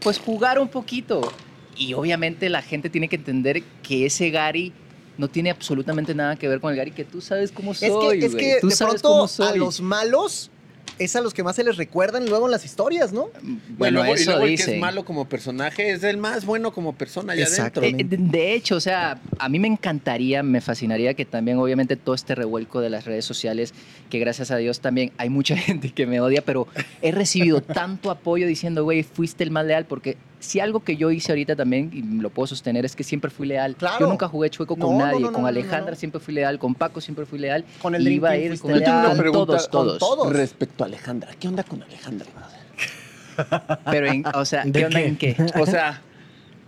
Speaker 4: pues jugar un poquito. Y obviamente la gente tiene que entender que ese Gary no tiene absolutamente nada que ver con el Gary que tú sabes cómo
Speaker 1: Es
Speaker 4: soy,
Speaker 1: que, es
Speaker 4: güey.
Speaker 1: que
Speaker 4: Tú
Speaker 1: de
Speaker 4: sabes
Speaker 1: pronto
Speaker 4: cómo soy.
Speaker 1: a los malos es a los que más se les recuerdan luego en las historias, ¿no?
Speaker 4: bueno,
Speaker 2: y luego, y
Speaker 4: eso
Speaker 2: luego el que
Speaker 4: dice.
Speaker 2: es malo como personaje es el más bueno como persona allá
Speaker 1: Exacto.
Speaker 2: adentro.
Speaker 4: Eh, de- de hecho, o sea, a mí me encantaría, me fascinaría que también, obviamente, todo este revuelco de las redes sociales, que gracias a Dios también hay mucha gente que me odia, pero he recibido tanto apoyo diciendo, güey, fuiste el más leal, porque si algo que yo hice ahorita también, y lo puedo sostener, es que siempre fui leal.
Speaker 1: Claro.
Speaker 4: Yo nunca jugué chueco con
Speaker 1: No, no,
Speaker 4: nadie,
Speaker 1: no, no, no,
Speaker 4: con
Speaker 1: no,
Speaker 4: Alejandra
Speaker 1: no.
Speaker 4: siempre fui leal, con Paco siempre fui leal.
Speaker 1: Con el
Speaker 4: y
Speaker 1: Dream
Speaker 4: iba a
Speaker 1: Team
Speaker 4: ir
Speaker 1: fuiste
Speaker 4: con el
Speaker 1: leal.
Speaker 2: Yo tengo una
Speaker 4: leal,
Speaker 2: pregunta
Speaker 4: todos,
Speaker 2: con
Speaker 4: todos.
Speaker 1: todos.
Speaker 2: Respecto a Alejandra, ¿qué onda con Alejandra? brother?
Speaker 4: Pero, en- o sea,
Speaker 3: ¿De
Speaker 4: ¿qué onda
Speaker 3: qué?
Speaker 4: en qué?
Speaker 2: O sea,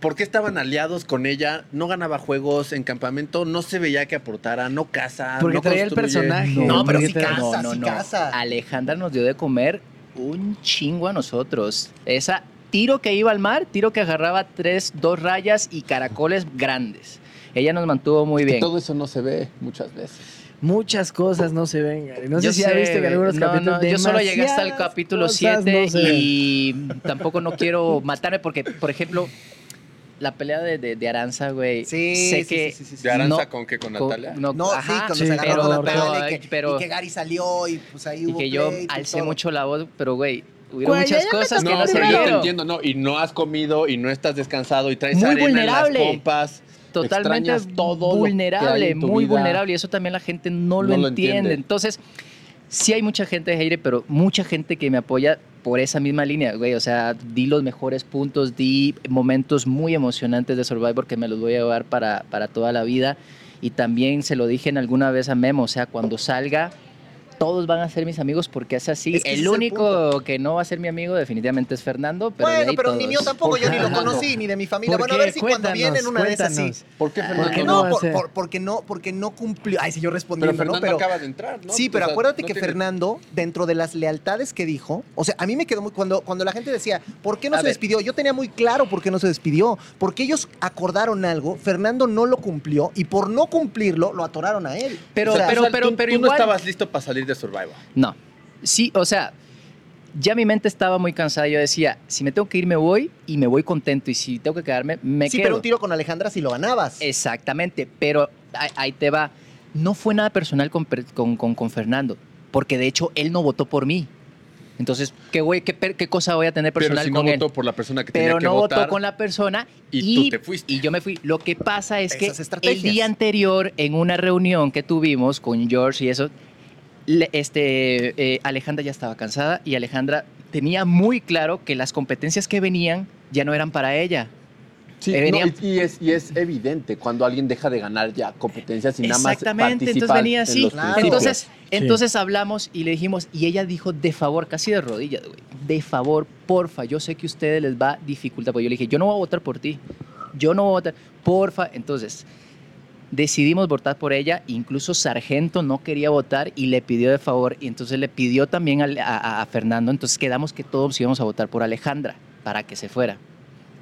Speaker 2: ¿por qué estaban aliados con ella? No ganaba juegos en campamento, no se veía que aportara, no casa.
Speaker 3: Porque
Speaker 2: no
Speaker 3: traía el
Speaker 2: construye.
Speaker 3: personaje.
Speaker 1: No,
Speaker 3: porque
Speaker 1: pero sí
Speaker 3: traía-
Speaker 1: casa. sí casa.
Speaker 4: Alejandra nos dio de comer un chingo a nosotros. Esa tiro que iba al mar, tiro que agarraba tres, dos rayas y caracoles grandes. Ella nos mantuvo muy bien.
Speaker 2: Todo eso no se ve muchas veces.
Speaker 3: Muchas cosas no se ven, Gary. No
Speaker 4: Yo
Speaker 3: sé si ya
Speaker 4: sé,
Speaker 3: viste que
Speaker 4: güey.
Speaker 3: algunos
Speaker 4: No,
Speaker 3: capítulos
Speaker 4: no, yo solo llegué hasta el
Speaker 3: demasiadas
Speaker 4: capítulo
Speaker 3: cosas
Speaker 4: 7
Speaker 3: no se ven.
Speaker 4: y tampoco no quiero matarme porque, por ejemplo, la pelea de, de, de Aranza, güey.
Speaker 1: Sí,
Speaker 4: sé
Speaker 1: sí,
Speaker 4: que
Speaker 1: sí, sí, sí.
Speaker 2: ¿De Aranza
Speaker 4: No,
Speaker 2: con qué? ¿Con
Speaker 4: con-
Speaker 2: Natalia?
Speaker 4: no,
Speaker 1: No, sí,
Speaker 4: ajá,
Speaker 1: cuando
Speaker 3: sí,
Speaker 1: se agarraron
Speaker 4: pero-
Speaker 1: a Natalia y
Speaker 4: pero-
Speaker 1: que,
Speaker 4: pero-
Speaker 1: y que Gary salió y pues ahí
Speaker 4: Y
Speaker 1: hubo
Speaker 4: que yo
Speaker 1: pleito y
Speaker 4: alcé
Speaker 1: todo.
Speaker 4: mucho la voz, pero, güey, hubieron
Speaker 3: Güey,
Speaker 4: muchas
Speaker 3: ya me
Speaker 4: cosas que
Speaker 2: No,
Speaker 4: no se
Speaker 2: pero yo te
Speaker 4: vieron.
Speaker 2: entiendo, no. Y no has comido y no estás descansado y traes
Speaker 4: Muy
Speaker 2: arena
Speaker 4: vulnerable.
Speaker 2: en las pompas.
Speaker 4: Totalmente
Speaker 2: Extrañas todo lo que hay
Speaker 4: vulnerable,
Speaker 2: en tu
Speaker 4: muy
Speaker 2: vida.
Speaker 4: vulnerable. Y eso también la gente no lo,
Speaker 2: No lo
Speaker 4: entiende.
Speaker 2: entiende.
Speaker 4: Entonces, sí hay mucha gente de hater, pero mucha gente que me apoya por esa misma línea, güey. O sea, di los mejores puntos, di momentos muy emocionantes de Survivor que me los voy a llevar para, para toda la vida. Y también se lo dije en alguna vez a Memo, o sea, cuando salga, todos van a ser mis amigos porque es así.
Speaker 1: Es que ese
Speaker 4: el
Speaker 1: es el
Speaker 4: único que no va a ser mi amigo definitivamente es Fernando, pero de
Speaker 1: Bueno,
Speaker 4: ahí
Speaker 1: pero ni
Speaker 4: todos.
Speaker 1: mío tampoco, yo ni lo
Speaker 2: Fernando.
Speaker 1: conocí, ni de mi familia.
Speaker 3: ¿Por
Speaker 1: Bueno, a
Speaker 3: qué?
Speaker 1: ver si cuando
Speaker 3: Cuéntanos,
Speaker 1: viene en una de esas sí.
Speaker 3: cuéntanos.
Speaker 2: ¿Por qué Fernando?
Speaker 3: ¿Por qué
Speaker 1: no,
Speaker 3: no va a
Speaker 1: por-
Speaker 3: ser?
Speaker 1: por- porque no, porque no cumplió. Ay, sí, yo
Speaker 2: Pero
Speaker 1: respondiendo,
Speaker 2: Fernando
Speaker 1: ¿no? Pero,
Speaker 2: acaba de entrar, ¿no?
Speaker 1: Sí, pero
Speaker 2: O sea,
Speaker 1: acuérdate
Speaker 2: no
Speaker 1: que
Speaker 2: tiene-
Speaker 1: Fernando, dentro de las lealtades que dijo, o sea, a mí me quedó muy. Cuando, cuando la gente decía, ¿por qué no
Speaker 2: A
Speaker 1: se
Speaker 2: ver.
Speaker 1: despidió? Yo tenía muy claro por qué no se despidió. Porque ellos acordaron algo, Fernando no lo cumplió y por no cumplirlo lo atoraron a él.
Speaker 4: Pero,
Speaker 1: O sea,
Speaker 4: pero,
Speaker 2: tú sal-
Speaker 4: pero,
Speaker 2: tú-
Speaker 4: pero
Speaker 2: tú no
Speaker 4: igual-
Speaker 2: estabas listo para salir de Survivor.
Speaker 4: No. Sí, o sea, ya mi mente estaba muy cansada. Yo decía, si me tengo que ir, me voy y me voy contento. Y si tengo que quedarme, me
Speaker 1: sí,
Speaker 4: quedo.
Speaker 1: pero un tiro con Alejandra si lo ganabas.
Speaker 4: Exactamente, pero ahí, ahí te va. No fue nada personal con, per- con, con- con Fernando, porque de hecho él no votó por mí. Entonces, ¿qué, voy- qué, per- qué cosa voy a tener
Speaker 2: Pero
Speaker 4: personal
Speaker 2: si no
Speaker 4: con él?
Speaker 2: votó por la persona que tenía
Speaker 4: pero
Speaker 2: que
Speaker 4: no
Speaker 2: votar.
Speaker 4: votó con la persona
Speaker 2: y tú te fuiste.
Speaker 4: y yo me fui. Lo que pasa es
Speaker 1: Esas
Speaker 4: que
Speaker 1: estrategias.
Speaker 4: el día anterior, en una reunión que tuvimos con George y eso, le- este, eh, Alejandra ya estaba cansada y Alejandra tenía muy claro que las competencias que venían ya no eran para ella.
Speaker 2: Sí,
Speaker 4: Eh,
Speaker 2: no,
Speaker 4: venía-
Speaker 2: y, y es, y es evidente cuando alguien deja de ganar ya competencias y nada más
Speaker 4: Exactamente,
Speaker 2: participa
Speaker 4: entonces venía
Speaker 2: en
Speaker 4: así.
Speaker 2: los
Speaker 1: Claro.
Speaker 2: principios.
Speaker 4: Entonces, entonces hablamos y le dijimos, y ella dijo de favor, casi de rodillas, güey, de favor, porfa, yo sé que a ustedes les va a dificultar, porque yo le dije, yo no voy a votar por ti, yo no voy a votar, porfa. Entonces, decidimos votar por ella, incluso Sargento no quería votar y le pidió de favor, y entonces le pidió también al- a, a- a Fernando, entonces quedamos que todos íbamos a votar por Alejandra para que se fuera.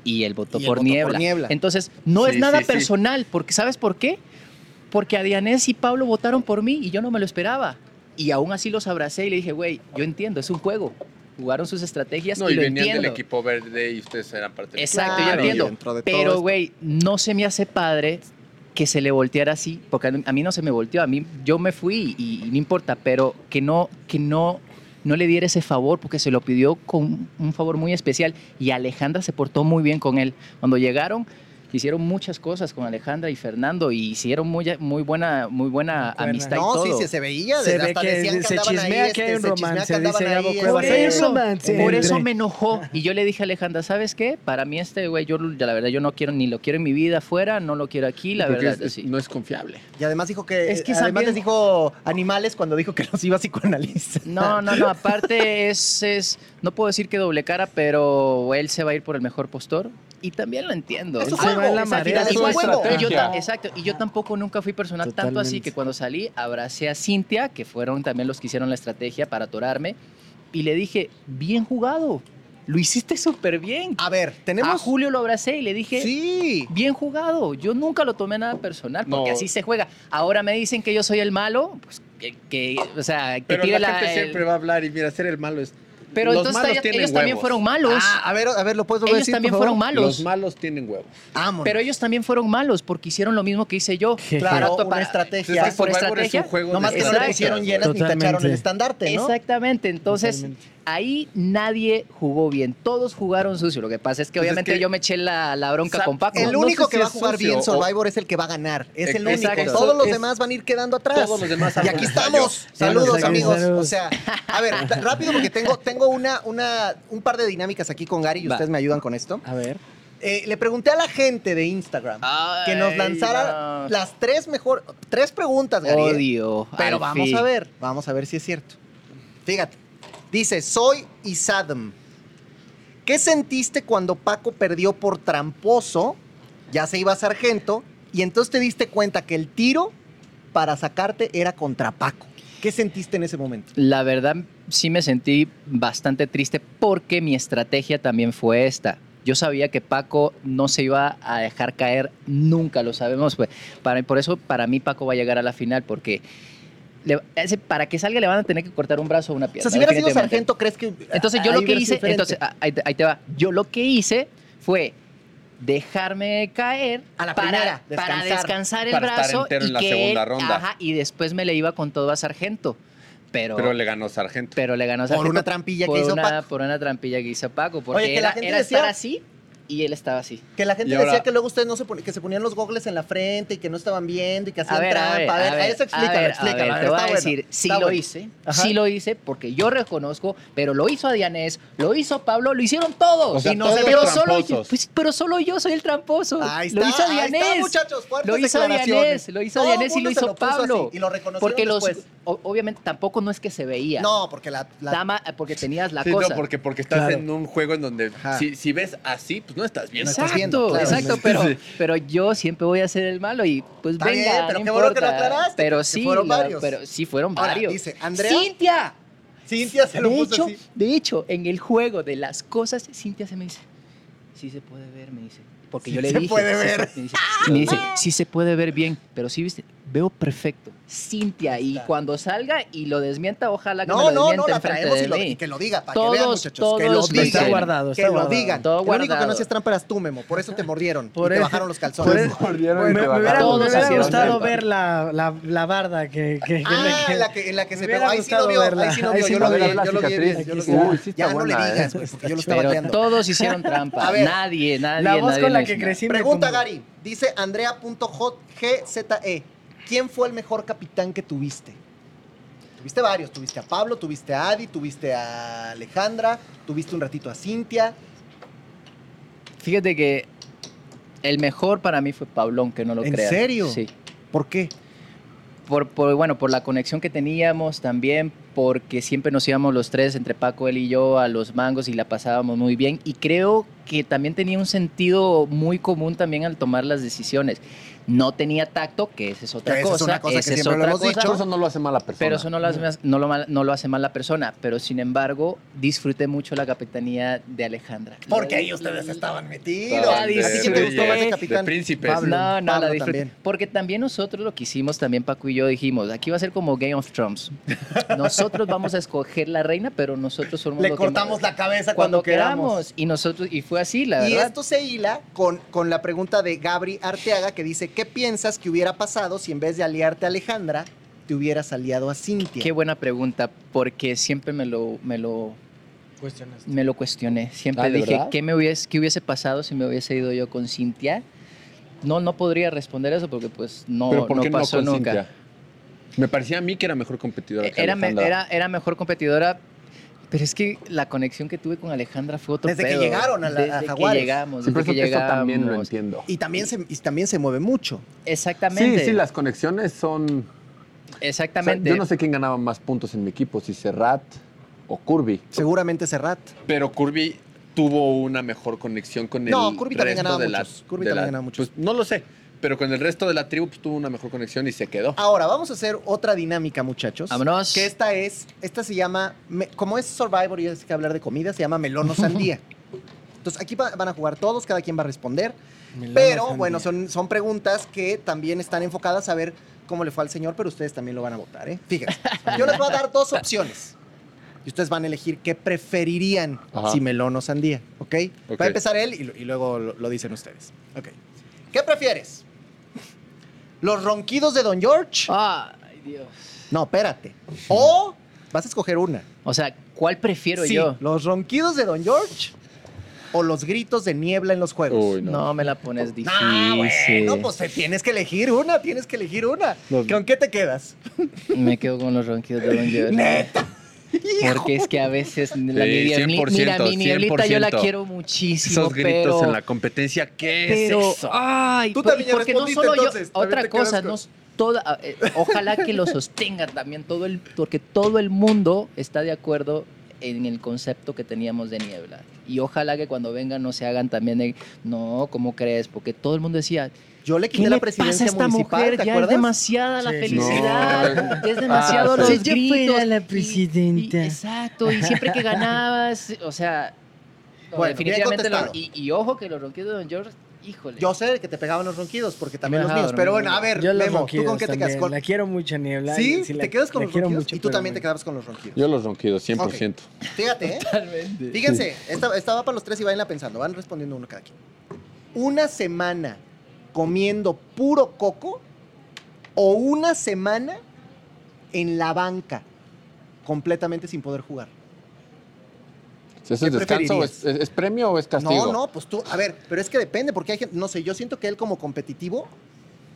Speaker 4: Y él votó,
Speaker 1: Y él
Speaker 4: por,
Speaker 1: votó por
Speaker 4: niebla.
Speaker 1: Niebla.
Speaker 4: Entonces, no es
Speaker 2: Sí,
Speaker 4: nada
Speaker 2: sí, sí.
Speaker 4: personal, porque ¿sabes por qué? Porque a Dianés y Pablo votaron por mí y yo no me lo esperaba. Y aún así los abracé y le dije, güey, yo entiendo, es un juego. jugaron sus estrategias
Speaker 2: No,
Speaker 4: y,
Speaker 2: y
Speaker 4: lo
Speaker 2: venían
Speaker 4: entiendo.
Speaker 2: del equipo verde y ustedes eran parte del
Speaker 4: Exacto,
Speaker 2: equipo
Speaker 4: yo
Speaker 1: Claro,
Speaker 2: amarillo.
Speaker 4: entiendo.
Speaker 1: dentro de todo
Speaker 4: Pero,
Speaker 1: esto.
Speaker 4: güey, no se me hace padre que se le volteara así, porque a mí- a mí no se me volteó, a mí yo me fui y, y no importa, pero que no, que no, no le diera ese favor, porque se lo pidió con un favor muy especial y Alejandra se portó muy bien con él. Cuando llegaron, hicieron muchas cosas con Alejandra y Fernando y hicieron muy, muy buena, muy buena
Speaker 3: Concuerdo.
Speaker 4: amistad y
Speaker 1: No,
Speaker 4: todo.
Speaker 1: sí, sí, se veía.
Speaker 3: Se
Speaker 1: desde
Speaker 3: ve
Speaker 1: hasta
Speaker 3: que
Speaker 1: decían
Speaker 3: se
Speaker 1: andaban
Speaker 3: chismea
Speaker 1: ahí, este,
Speaker 3: que hay un
Speaker 1: se chismea
Speaker 3: romance,
Speaker 1: que andaban
Speaker 3: dice Gabo
Speaker 1: ahí,
Speaker 3: Cuevas.
Speaker 4: Por
Speaker 1: este,
Speaker 4: eso,
Speaker 3: romance
Speaker 4: por
Speaker 3: entre-
Speaker 4: eso me enojó. Y yo le dije a Alejandra, ¿sabes qué? Para mí este güey, yo la verdad, yo no quiero, ni lo quiero en mi vida afuera, no lo quiero aquí, la
Speaker 2: Porque
Speaker 4: verdad.
Speaker 2: es-
Speaker 4: sí.
Speaker 2: no es confiable.
Speaker 1: Y además dijo que,
Speaker 4: Es que
Speaker 1: además
Speaker 4: también-
Speaker 1: les dijo animales cuando dijo que los iba a psicoanalizar.
Speaker 4: No, no, no. Aparte es, es, no puedo decir que doble cara, pero él se va a ir por el mejor postor. Y también lo entiendo.
Speaker 1: Es un
Speaker 4: Ah,
Speaker 1: juego,
Speaker 3: va en la
Speaker 1: es al
Speaker 3: marea,
Speaker 1: final
Speaker 3: es
Speaker 1: es un
Speaker 4: igual,
Speaker 3: una
Speaker 1: juego.
Speaker 4: y pues, yo, ta-
Speaker 2: estrategia.
Speaker 4: exacto. Y yo tampoco nunca fui personal tanto así
Speaker 3: Totalmente.
Speaker 4: que cuando salí abracé a Cintia, que fueron también los que hicieron la estrategia para atorarme, y le dije, bien jugado, lo hiciste súper bien.
Speaker 1: A ver,
Speaker 4: A
Speaker 1: tenemos...
Speaker 4: Julio lo abracé y le dije,
Speaker 1: Sí.
Speaker 4: Bien jugado. Yo nunca lo tomé nada personal, porque
Speaker 2: No.
Speaker 4: así se juega. Ahora me dicen que yo soy el malo, pues que, que, o sea, que
Speaker 2: Pero
Speaker 4: tire
Speaker 2: la,
Speaker 4: la.
Speaker 2: gente
Speaker 4: el-
Speaker 2: siempre va a hablar y mira, ser el malo es...
Speaker 4: Pero
Speaker 2: los
Speaker 4: entonces
Speaker 2: malos
Speaker 4: ellos,
Speaker 2: tienen
Speaker 4: ellos también
Speaker 2: huevos.
Speaker 4: fueron malos.
Speaker 1: Ah, a ver, a ver, ¿lo puedes volver a
Speaker 4: ellos
Speaker 1: decir,
Speaker 4: también
Speaker 1: por favor?
Speaker 4: fueron malos.
Speaker 2: Los malos tienen huevos.
Speaker 1: Vámonos.
Speaker 4: Pero ellos también fueron malos porque hicieron lo mismo que hice yo.
Speaker 1: Claro,
Speaker 4: Trato
Speaker 1: una
Speaker 4: para-
Speaker 1: estrategia.
Speaker 4: Es que por
Speaker 2: Survivor es
Speaker 4: estrategia.
Speaker 2: un juego
Speaker 1: Nomás
Speaker 2: de
Speaker 1: que no le
Speaker 4: Exacto.
Speaker 1: pusieron llenas ni
Speaker 3: Totalmente.
Speaker 1: tacharon el estandarte, ¿no?
Speaker 4: Exactamente. Entonces, ahí nadie jugó bien. Todos jugaron sucio. Lo que pasa es que
Speaker 2: Pues es
Speaker 4: obviamente
Speaker 2: que-
Speaker 4: yo me eché la, la bronca
Speaker 2: Sa-
Speaker 4: con Paco.
Speaker 1: El
Speaker 2: No
Speaker 1: único
Speaker 2: sé
Speaker 1: que
Speaker 2: si
Speaker 1: va a
Speaker 2: es
Speaker 1: jugar
Speaker 2: sucio
Speaker 1: bien
Speaker 2: o-
Speaker 1: Survivor es el que va a ganar. Es el único.
Speaker 4: Exacto.
Speaker 1: Todos los
Speaker 2: Es-
Speaker 1: demás van a ir quedando atrás.
Speaker 2: Todos los demás
Speaker 1: Y
Speaker 2: abajo
Speaker 1: aquí
Speaker 2: del gallo.
Speaker 1: estamos. Saludos,
Speaker 3: Saludos,
Speaker 1: amigos.
Speaker 3: saludos.
Speaker 1: O sea, a ver, t- rápido porque tengo, tengo una, una, un par de dinámicas aquí con Gary y
Speaker 4: Va.
Speaker 1: ustedes me ayudan con esto.
Speaker 3: A ver.
Speaker 1: Eh, le pregunté a la gente de Instagram que nos
Speaker 4: Ay,
Speaker 1: lanzara
Speaker 4: no.
Speaker 1: las tres mejor, tres preguntas, Gary. ¿eh?
Speaker 4: Odio.
Speaker 1: Pero
Speaker 4: al
Speaker 1: vamos
Speaker 4: fin.
Speaker 1: a ver, vamos a ver si es cierto. Fíjate, dice, soy Isadm. ¿Qué sentiste cuando Paco perdió por tramposo? Ya se iba a sargento y entonces te diste cuenta que el tiro para sacarte era contra Paco. ¿Qué sentiste en ese momento?
Speaker 4: La verdad, sí me sentí bastante triste porque mi estrategia también fue esta. Yo sabía que Paco no se iba a dejar caer nunca, lo sabemos. pues. Para, por eso, para mí, Paco va a llegar a la final porque le- ese- para que salga le van a tener que cortar un brazo o una
Speaker 1: O
Speaker 4: pierna.
Speaker 1: sea, si hubiera sido
Speaker 4: definitivamente.
Speaker 1: sargento, ¿crees que
Speaker 4: Entonces yo
Speaker 1: ahí
Speaker 4: lo que
Speaker 1: hubiera sido
Speaker 4: hice,
Speaker 1: diferente?
Speaker 4: entonces ah, ahí te, ahí te va. Yo lo que hice fue dejarme caer
Speaker 1: A la
Speaker 4: para,
Speaker 1: primera,
Speaker 4: para
Speaker 1: descansar.
Speaker 4: descansar el
Speaker 2: Para estar
Speaker 4: brazo
Speaker 2: entero
Speaker 4: y
Speaker 2: en la
Speaker 4: que
Speaker 2: segunda
Speaker 4: él-
Speaker 2: ronda.
Speaker 4: ajá, y después me le iba con todo a Sargento, pero
Speaker 2: Pero le ganó Sargento.
Speaker 4: pero le ganó
Speaker 1: por
Speaker 4: Sargento
Speaker 1: una trampilla
Speaker 4: por
Speaker 1: que hizo
Speaker 4: una-
Speaker 1: Paco.
Speaker 4: por una trampilla que hizo Paco, porque
Speaker 1: Oye, que la
Speaker 4: era,
Speaker 1: gente
Speaker 4: era
Speaker 1: decía-
Speaker 4: estar así y él estaba así.
Speaker 1: Que la gente
Speaker 2: Y ahora-
Speaker 1: decía que luego ustedes no se ponían, que se ponían los gogles en la frente y que no estaban viendo y que hacían
Speaker 4: A ver,
Speaker 1: trampa.
Speaker 4: a ver, a ver,
Speaker 1: eso explícalo,
Speaker 4: a ver,
Speaker 1: explícalo.
Speaker 4: a ver,
Speaker 1: a ver,
Speaker 4: te voy
Speaker 1: está
Speaker 4: a
Speaker 1: bueno,
Speaker 4: decir, sí
Speaker 1: está
Speaker 4: lo
Speaker 1: bueno.
Speaker 4: hice,
Speaker 1: Ajá.
Speaker 4: sí lo hice, porque yo reconozco, pero lo hizo Adianés, lo hizo Pablo, lo hicieron todos.
Speaker 2: O sea,
Speaker 4: Y
Speaker 2: todos
Speaker 4: pero, solo yo,
Speaker 2: tramposos.
Speaker 4: pues, pero solo yo soy el tramposo.
Speaker 1: Ahí
Speaker 4: lo
Speaker 1: está,
Speaker 4: hizo
Speaker 1: ahí está,
Speaker 4: Adianés.
Speaker 1: muchachos, fuertes
Speaker 4: Lo hizo
Speaker 1: declaraciones.
Speaker 4: Dianés, lo hizo
Speaker 1: Todo
Speaker 4: Dianés y
Speaker 1: mundo
Speaker 4: lo
Speaker 1: se
Speaker 4: hizo
Speaker 1: puso así,
Speaker 4: Pablo.
Speaker 1: y lo reconocieron
Speaker 4: Porque los,
Speaker 1: después.
Speaker 4: o- obviamente tampoco no es que se veía.
Speaker 1: No, porque la... la-
Speaker 4: Nada más, eh, porque tenías la
Speaker 2: Sí,
Speaker 4: cosa.
Speaker 2: no, porque, porque estás
Speaker 3: Claro.
Speaker 2: en un juego en donde
Speaker 1: Ajá.
Speaker 2: si, si ves así, pues no estás bien.
Speaker 1: No
Speaker 4: Exacto,
Speaker 1: estás viendo, claro.
Speaker 4: exacto, pero, pero yo siempre voy a ser el malo y pues
Speaker 1: Está
Speaker 4: venga,
Speaker 1: bien, pero
Speaker 4: no
Speaker 1: qué bueno que lo
Speaker 4: importa.
Speaker 1: aclaraste,
Speaker 4: Pero
Speaker 1: que
Speaker 4: sí,
Speaker 1: fueron
Speaker 4: la-
Speaker 1: varios.
Speaker 4: pero sí fueron
Speaker 1: Ahora,
Speaker 4: varios.
Speaker 1: dice, Andrea-
Speaker 4: Cintia,
Speaker 1: Cintia se lo
Speaker 4: de
Speaker 1: puso
Speaker 4: hecho,
Speaker 1: así.
Speaker 4: de hecho, en el juego de las cosas, Cintia se me dice, sí se puede ver, me dice. Porque
Speaker 1: Sí
Speaker 4: yo le
Speaker 1: se
Speaker 4: dije.
Speaker 1: puede
Speaker 4: "Sí
Speaker 1: ver".
Speaker 4: se- me, dice, me dice, sí se puede ver bien, pero sí, viste, veo perfecto. Cintia, y
Speaker 1: está.
Speaker 4: cuando salga y lo desmienta, ojalá que me
Speaker 1: No,
Speaker 4: lo
Speaker 1: no, no,
Speaker 4: desmienta
Speaker 1: la
Speaker 4: enfrente
Speaker 1: traemos
Speaker 4: de
Speaker 1: y, lo-
Speaker 4: mí.
Speaker 1: y que lo diga, para
Speaker 4: Todos-
Speaker 1: que vean, muchachos, que lo
Speaker 4: todos
Speaker 1: digan.
Speaker 4: dicen. Está
Speaker 3: guardado,
Speaker 1: que
Speaker 3: está
Speaker 1: lo
Speaker 3: guardado.
Speaker 1: digan.
Speaker 4: Todo
Speaker 1: Lo único que no
Speaker 4: guardado.
Speaker 1: hacías trampa eras tú, Memo, por eso te mordieron
Speaker 3: Por
Speaker 1: y te
Speaker 3: eso-
Speaker 1: bajaron los calzones.
Speaker 3: por eso- Me, me hubiera,
Speaker 4: Todos
Speaker 3: me hubiera
Speaker 4: hacían
Speaker 3: gustado
Speaker 4: trampa.
Speaker 3: ver la, la, la barda que... que-
Speaker 1: Ah,
Speaker 3: que-
Speaker 1: en la que, en la que
Speaker 3: Me
Speaker 1: se
Speaker 3: hubiera
Speaker 1: pegó. Ahí sí lo
Speaker 3: gustado
Speaker 1: vio, ahí
Speaker 3: verla.
Speaker 1: sí lo
Speaker 3: Ahí
Speaker 1: vio.
Speaker 3: sí
Speaker 1: Yo
Speaker 3: me
Speaker 1: lo vi,
Speaker 3: hubiera
Speaker 1: yo lo vi.
Speaker 3: cicatriz.
Speaker 1: yo lo vi.
Speaker 3: Uy,
Speaker 2: sí está
Speaker 1: Ya no le
Speaker 2: buena,
Speaker 1: digas,
Speaker 2: ¿eh?
Speaker 1: güey, porque yo lo estaba
Speaker 4: Pero
Speaker 1: creando.
Speaker 4: todos hicieron trampa.
Speaker 1: A ver,
Speaker 4: nadie, nadie.
Speaker 3: la voz
Speaker 4: nadie
Speaker 3: con la
Speaker 4: no
Speaker 3: que
Speaker 4: hizo nada.
Speaker 3: crecí. me
Speaker 1: Pregunta
Speaker 3: conmovió.
Speaker 1: Gary. Dice Andrea.gze. ¿Quién fue el mejor capitán que tuviste? Tuviste varios. Tuviste a Pablo, tuviste a Adi, tuviste a Alejandra, tuviste un ratito a Cintia.
Speaker 4: Fíjate que el mejor para mí fue Pablón, que no lo
Speaker 1: ¿En
Speaker 4: creas.
Speaker 1: serio?
Speaker 4: Sí.
Speaker 1: ¿Por qué?
Speaker 4: Por, por, bueno, por la conexión que teníamos también, porque siempre nos íbamos los tres, entre Paco, él y yo, a los mangos y la pasábamos muy bien. Y creo que también tenía un sentido muy común también al tomar las decisiones. No tenía tacto, que esa es otra
Speaker 1: Esa es
Speaker 4: cosa.
Speaker 1: una cosa que
Speaker 4: esa es
Speaker 1: siempre lo
Speaker 4: otra
Speaker 1: hemos
Speaker 4: cosa,
Speaker 1: dicho.
Speaker 2: Eso no lo hace mala persona.
Speaker 4: Pero eso no lo, hace, no, lo mal- no lo hace mal la persona. Pero sin embargo, disfruté mucho la capitanía de Alejandra.
Speaker 1: Porque
Speaker 4: Lo-
Speaker 1: ahí ustedes estaban metidos.
Speaker 4: Estaban
Speaker 1: ¿A
Speaker 4: de
Speaker 1: ti qué te gustó
Speaker 4: reyes,
Speaker 1: más de
Speaker 4: de
Speaker 1: Capitán?
Speaker 2: príncipes.
Speaker 1: Pablo.
Speaker 4: No, no,
Speaker 1: Pablo
Speaker 4: la disfruté.
Speaker 1: también.
Speaker 4: Porque también nosotros lo que hicimos, también Paco y yo dijimos, aquí va a ser como Game of Thrones. Nosotros vamos a escoger la reina, pero nosotros somos
Speaker 1: Le
Speaker 4: los que
Speaker 1: cortamos
Speaker 4: mandamos.
Speaker 1: la cabeza cuando,
Speaker 4: cuando queramos. Y nosotros, y fue así, la
Speaker 1: Y
Speaker 4: verdad.
Speaker 1: esto se hila con, con la pregunta de Gabri Arteaga que dice, ¿qué piensas que hubiera pasado si en vez de aliarte a Alejandra, te hubieras aliado a Cintia?
Speaker 4: Qué buena pregunta, porque siempre me lo, me lo, me lo cuestioné. Siempre
Speaker 2: Ah, ¿de
Speaker 4: dije,
Speaker 2: verdad?
Speaker 4: ¿qué, me hubiese, ¿qué hubiese pasado si me hubiese ido yo con Cintia? No, no podría responder eso porque pues no,
Speaker 2: Pero ¿por
Speaker 4: no
Speaker 2: qué no,
Speaker 4: pasó
Speaker 2: con
Speaker 4: nunca.
Speaker 2: Cintia? Me parecía a mí que era mejor competidora que
Speaker 4: E-, era, me-
Speaker 2: Alejandra.
Speaker 4: era, era mejor competidora, pero es que la conexión que tuve con Alejandra fue otro
Speaker 1: Desde que
Speaker 4: pedo.
Speaker 1: llegaron a la- a
Speaker 4: Desde
Speaker 1: Jaguares.
Speaker 4: que llegamos,
Speaker 2: Sí, por
Speaker 4: desde
Speaker 2: eso
Speaker 4: que
Speaker 2: que eso
Speaker 4: llegamos.
Speaker 2: también lo entiendo.
Speaker 1: Y también se, y también se mueve mucho.
Speaker 4: Exactamente.
Speaker 2: Sí, sí, las conexiones son... o sea,
Speaker 4: Exactamente.
Speaker 2: yo no sé quién ganaba más puntos en mi equipo, si Serrat o Curvy.
Speaker 1: Seguramente Serrat.
Speaker 2: Pero Curvy tuvo una mejor conexión con el
Speaker 1: No, Curvy también
Speaker 2: resto
Speaker 1: ganaba
Speaker 2: de la-
Speaker 1: muchos. Curvy
Speaker 2: de
Speaker 1: también
Speaker 2: la-
Speaker 1: ganaba muchos.
Speaker 2: pues, no lo sé, pero con el resto de la tribu pues, tuvo una mejor conexión y se quedó.
Speaker 1: Ahora, vamos a hacer otra dinámica, muchachos.
Speaker 4: Vámonos.
Speaker 1: Que esta es, esta se llama, me- como es Survivor y es que hablar de comida, se llama melón o sandía. Entonces, aquí va- van a jugar todos, cada quien va a responder. Pero bueno, son, son preguntas que también están enfocadas a ver cómo le fue al señor, pero ustedes también lo van a votar, ¿eh? Fíjense. Yo les voy a dar dos opciones. Y ustedes van a elegir qué preferirían,
Speaker 2: Ajá.
Speaker 1: si melón o sandía, ¿ok?
Speaker 2: Ok.
Speaker 1: Va a empezar él y, lo- y luego lo, lo dicen ustedes. Ok. ¿Qué prefieres? ¿Los ronquidos de Don George?
Speaker 2: Ah.
Speaker 4: Ay, Dios.
Speaker 1: No, espérate. O vas a escoger una.
Speaker 4: O sea, ¿cuál prefiero
Speaker 1: Sí,
Speaker 4: yo?
Speaker 1: ¿Los ronquidos de Don George o los gritos de niebla en los juegos?
Speaker 2: Uy,
Speaker 4: No.
Speaker 2: no.
Speaker 4: me la pones difícil.
Speaker 1: No, bueno, pues te tienes que elegir una, tienes que elegir una.
Speaker 2: Los-
Speaker 1: ¿Con qué te quedas?
Speaker 4: Me quedo con los ronquidos de Don George.
Speaker 1: ¡Neta!
Speaker 4: Porque es que a veces la
Speaker 2: Sí,
Speaker 4: niebla-
Speaker 2: 100%,
Speaker 4: mira, mi nieblita yo la
Speaker 2: 100%.
Speaker 4: quiero muchísimo,
Speaker 2: Esos gritos
Speaker 4: pero
Speaker 2: en la competencia, ¿qué
Speaker 4: pero
Speaker 2: es eso?
Speaker 4: ay,
Speaker 1: Tú
Speaker 4: por-
Speaker 1: también ya
Speaker 4: porque no
Speaker 1: respondiste,
Speaker 4: solo yo,
Speaker 1: entonces, también te
Speaker 4: otra
Speaker 1: quedas
Speaker 4: cosa,
Speaker 1: con-
Speaker 4: no s- toda, eh, ojalá que lo sostenga también todo el porque todo el mundo está de acuerdo en el concepto que teníamos de niebla. Y ojalá que cuando vengan no se hagan también de, no, ¿cómo crees? Porque todo el mundo decía,
Speaker 1: Yo le
Speaker 4: ¿qué
Speaker 1: quité
Speaker 4: le
Speaker 1: la
Speaker 4: pasa
Speaker 1: presidencia
Speaker 4: a esta
Speaker 1: municipal, ¿te
Speaker 4: mujer? Ya es
Speaker 1: acuerdas?
Speaker 4: demasiada la
Speaker 3: Sí, sí, sí.
Speaker 4: felicidad, es demasiado
Speaker 2: Ah,
Speaker 4: los
Speaker 2: sí.
Speaker 3: Si yo
Speaker 4: gritos.
Speaker 3: fuera la
Speaker 4: y- y-
Speaker 3: presidenta.
Speaker 4: exacto, y siempre que ganabas, o sea, no,
Speaker 1: Bueno, bien
Speaker 4: definitivamente, lo-
Speaker 1: contestado.
Speaker 4: y, y ojo que los ronquidos de Don George, híjole.
Speaker 1: Yo sé que te pegaban los ronquidos, porque también los
Speaker 4: Ajá,
Speaker 1: míos. Pero bueno, a ver,
Speaker 3: Yo los
Speaker 1: Memo, ¿tú con
Speaker 3: ronquidos
Speaker 1: qué te quedas?
Speaker 3: también.
Speaker 1: Con...
Speaker 3: La quiero mucho, Niebla.
Speaker 1: ¿Sí?
Speaker 3: y
Speaker 1: ¿Te
Speaker 3: sí la-
Speaker 1: quedas con
Speaker 3: la
Speaker 1: los
Speaker 3: quiero
Speaker 1: ronquidos?
Speaker 3: mucho,
Speaker 1: y tú
Speaker 3: pero
Speaker 1: también
Speaker 3: muy-
Speaker 1: te quedabas con los ronquidos.
Speaker 2: Yo los ronquidos, 100%.
Speaker 1: Fíjate, ¿eh?
Speaker 4: Totalmente.
Speaker 1: Fíjense, esta, esta va para los tres y vayan pensando, van respondiendo uno cada quien. ¿Una semana comiendo puro coco o una semana en la banca completamente sin poder jugar?
Speaker 2: ¿Eso es descanso? o
Speaker 1: preferirías?
Speaker 2: ¿Es, es- es premio o es castigo?
Speaker 1: No, no, pues tú, a ver, pero es que depende, porque hay gente, no sé, yo siento que él como competitivo,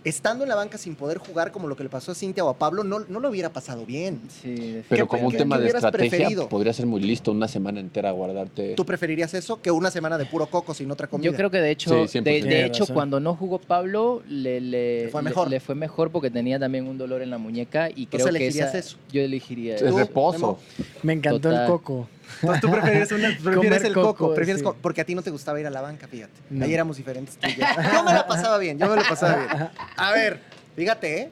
Speaker 1: estando en la banca sin poder jugar como lo que le pasó a Cintia o a Pablo, no, no lo hubiera pasado bien.
Speaker 4: Sí,
Speaker 2: Pero
Speaker 1: ¿Qué-
Speaker 2: como un
Speaker 1: qué-
Speaker 2: tema
Speaker 1: qué
Speaker 2: de
Speaker 1: hubieras
Speaker 2: estrategia,
Speaker 1: preferido?
Speaker 2: podría ser muy listo una semana entera guardarte.
Speaker 1: ¿Tú preferirías eso que una semana de puro coco sin otra comida?
Speaker 4: Yo creo que de
Speaker 2: Sí,
Speaker 4: hecho,
Speaker 2: 100%.
Speaker 4: de, de
Speaker 3: Tiene
Speaker 4: hecho
Speaker 3: razón.
Speaker 4: cuando no jugó Pablo le, le-
Speaker 1: Le fue
Speaker 4: le-
Speaker 1: mejor.
Speaker 4: le fue mejor porque tenía también un dolor en la muñeca y creo que
Speaker 1: elegirías
Speaker 4: esa-
Speaker 1: eso.
Speaker 4: yo elegiría
Speaker 2: es
Speaker 4: eso.
Speaker 1: Memo?
Speaker 2: reposo.
Speaker 3: Me encantó
Speaker 4: Total.
Speaker 3: el coco.
Speaker 1: Entonces, tú prefieres, una- prefieres
Speaker 3: Comer
Speaker 1: el coco,
Speaker 3: coco,
Speaker 1: prefieres
Speaker 3: sí.
Speaker 1: co- porque a ti no te gustaba ir a la banca, fíjate.
Speaker 3: No.
Speaker 1: Ahí éramos diferentes tú y yo. Yo me la pasaba bien, yo me la pasaba bien. A ver, fíjate, ¿eh?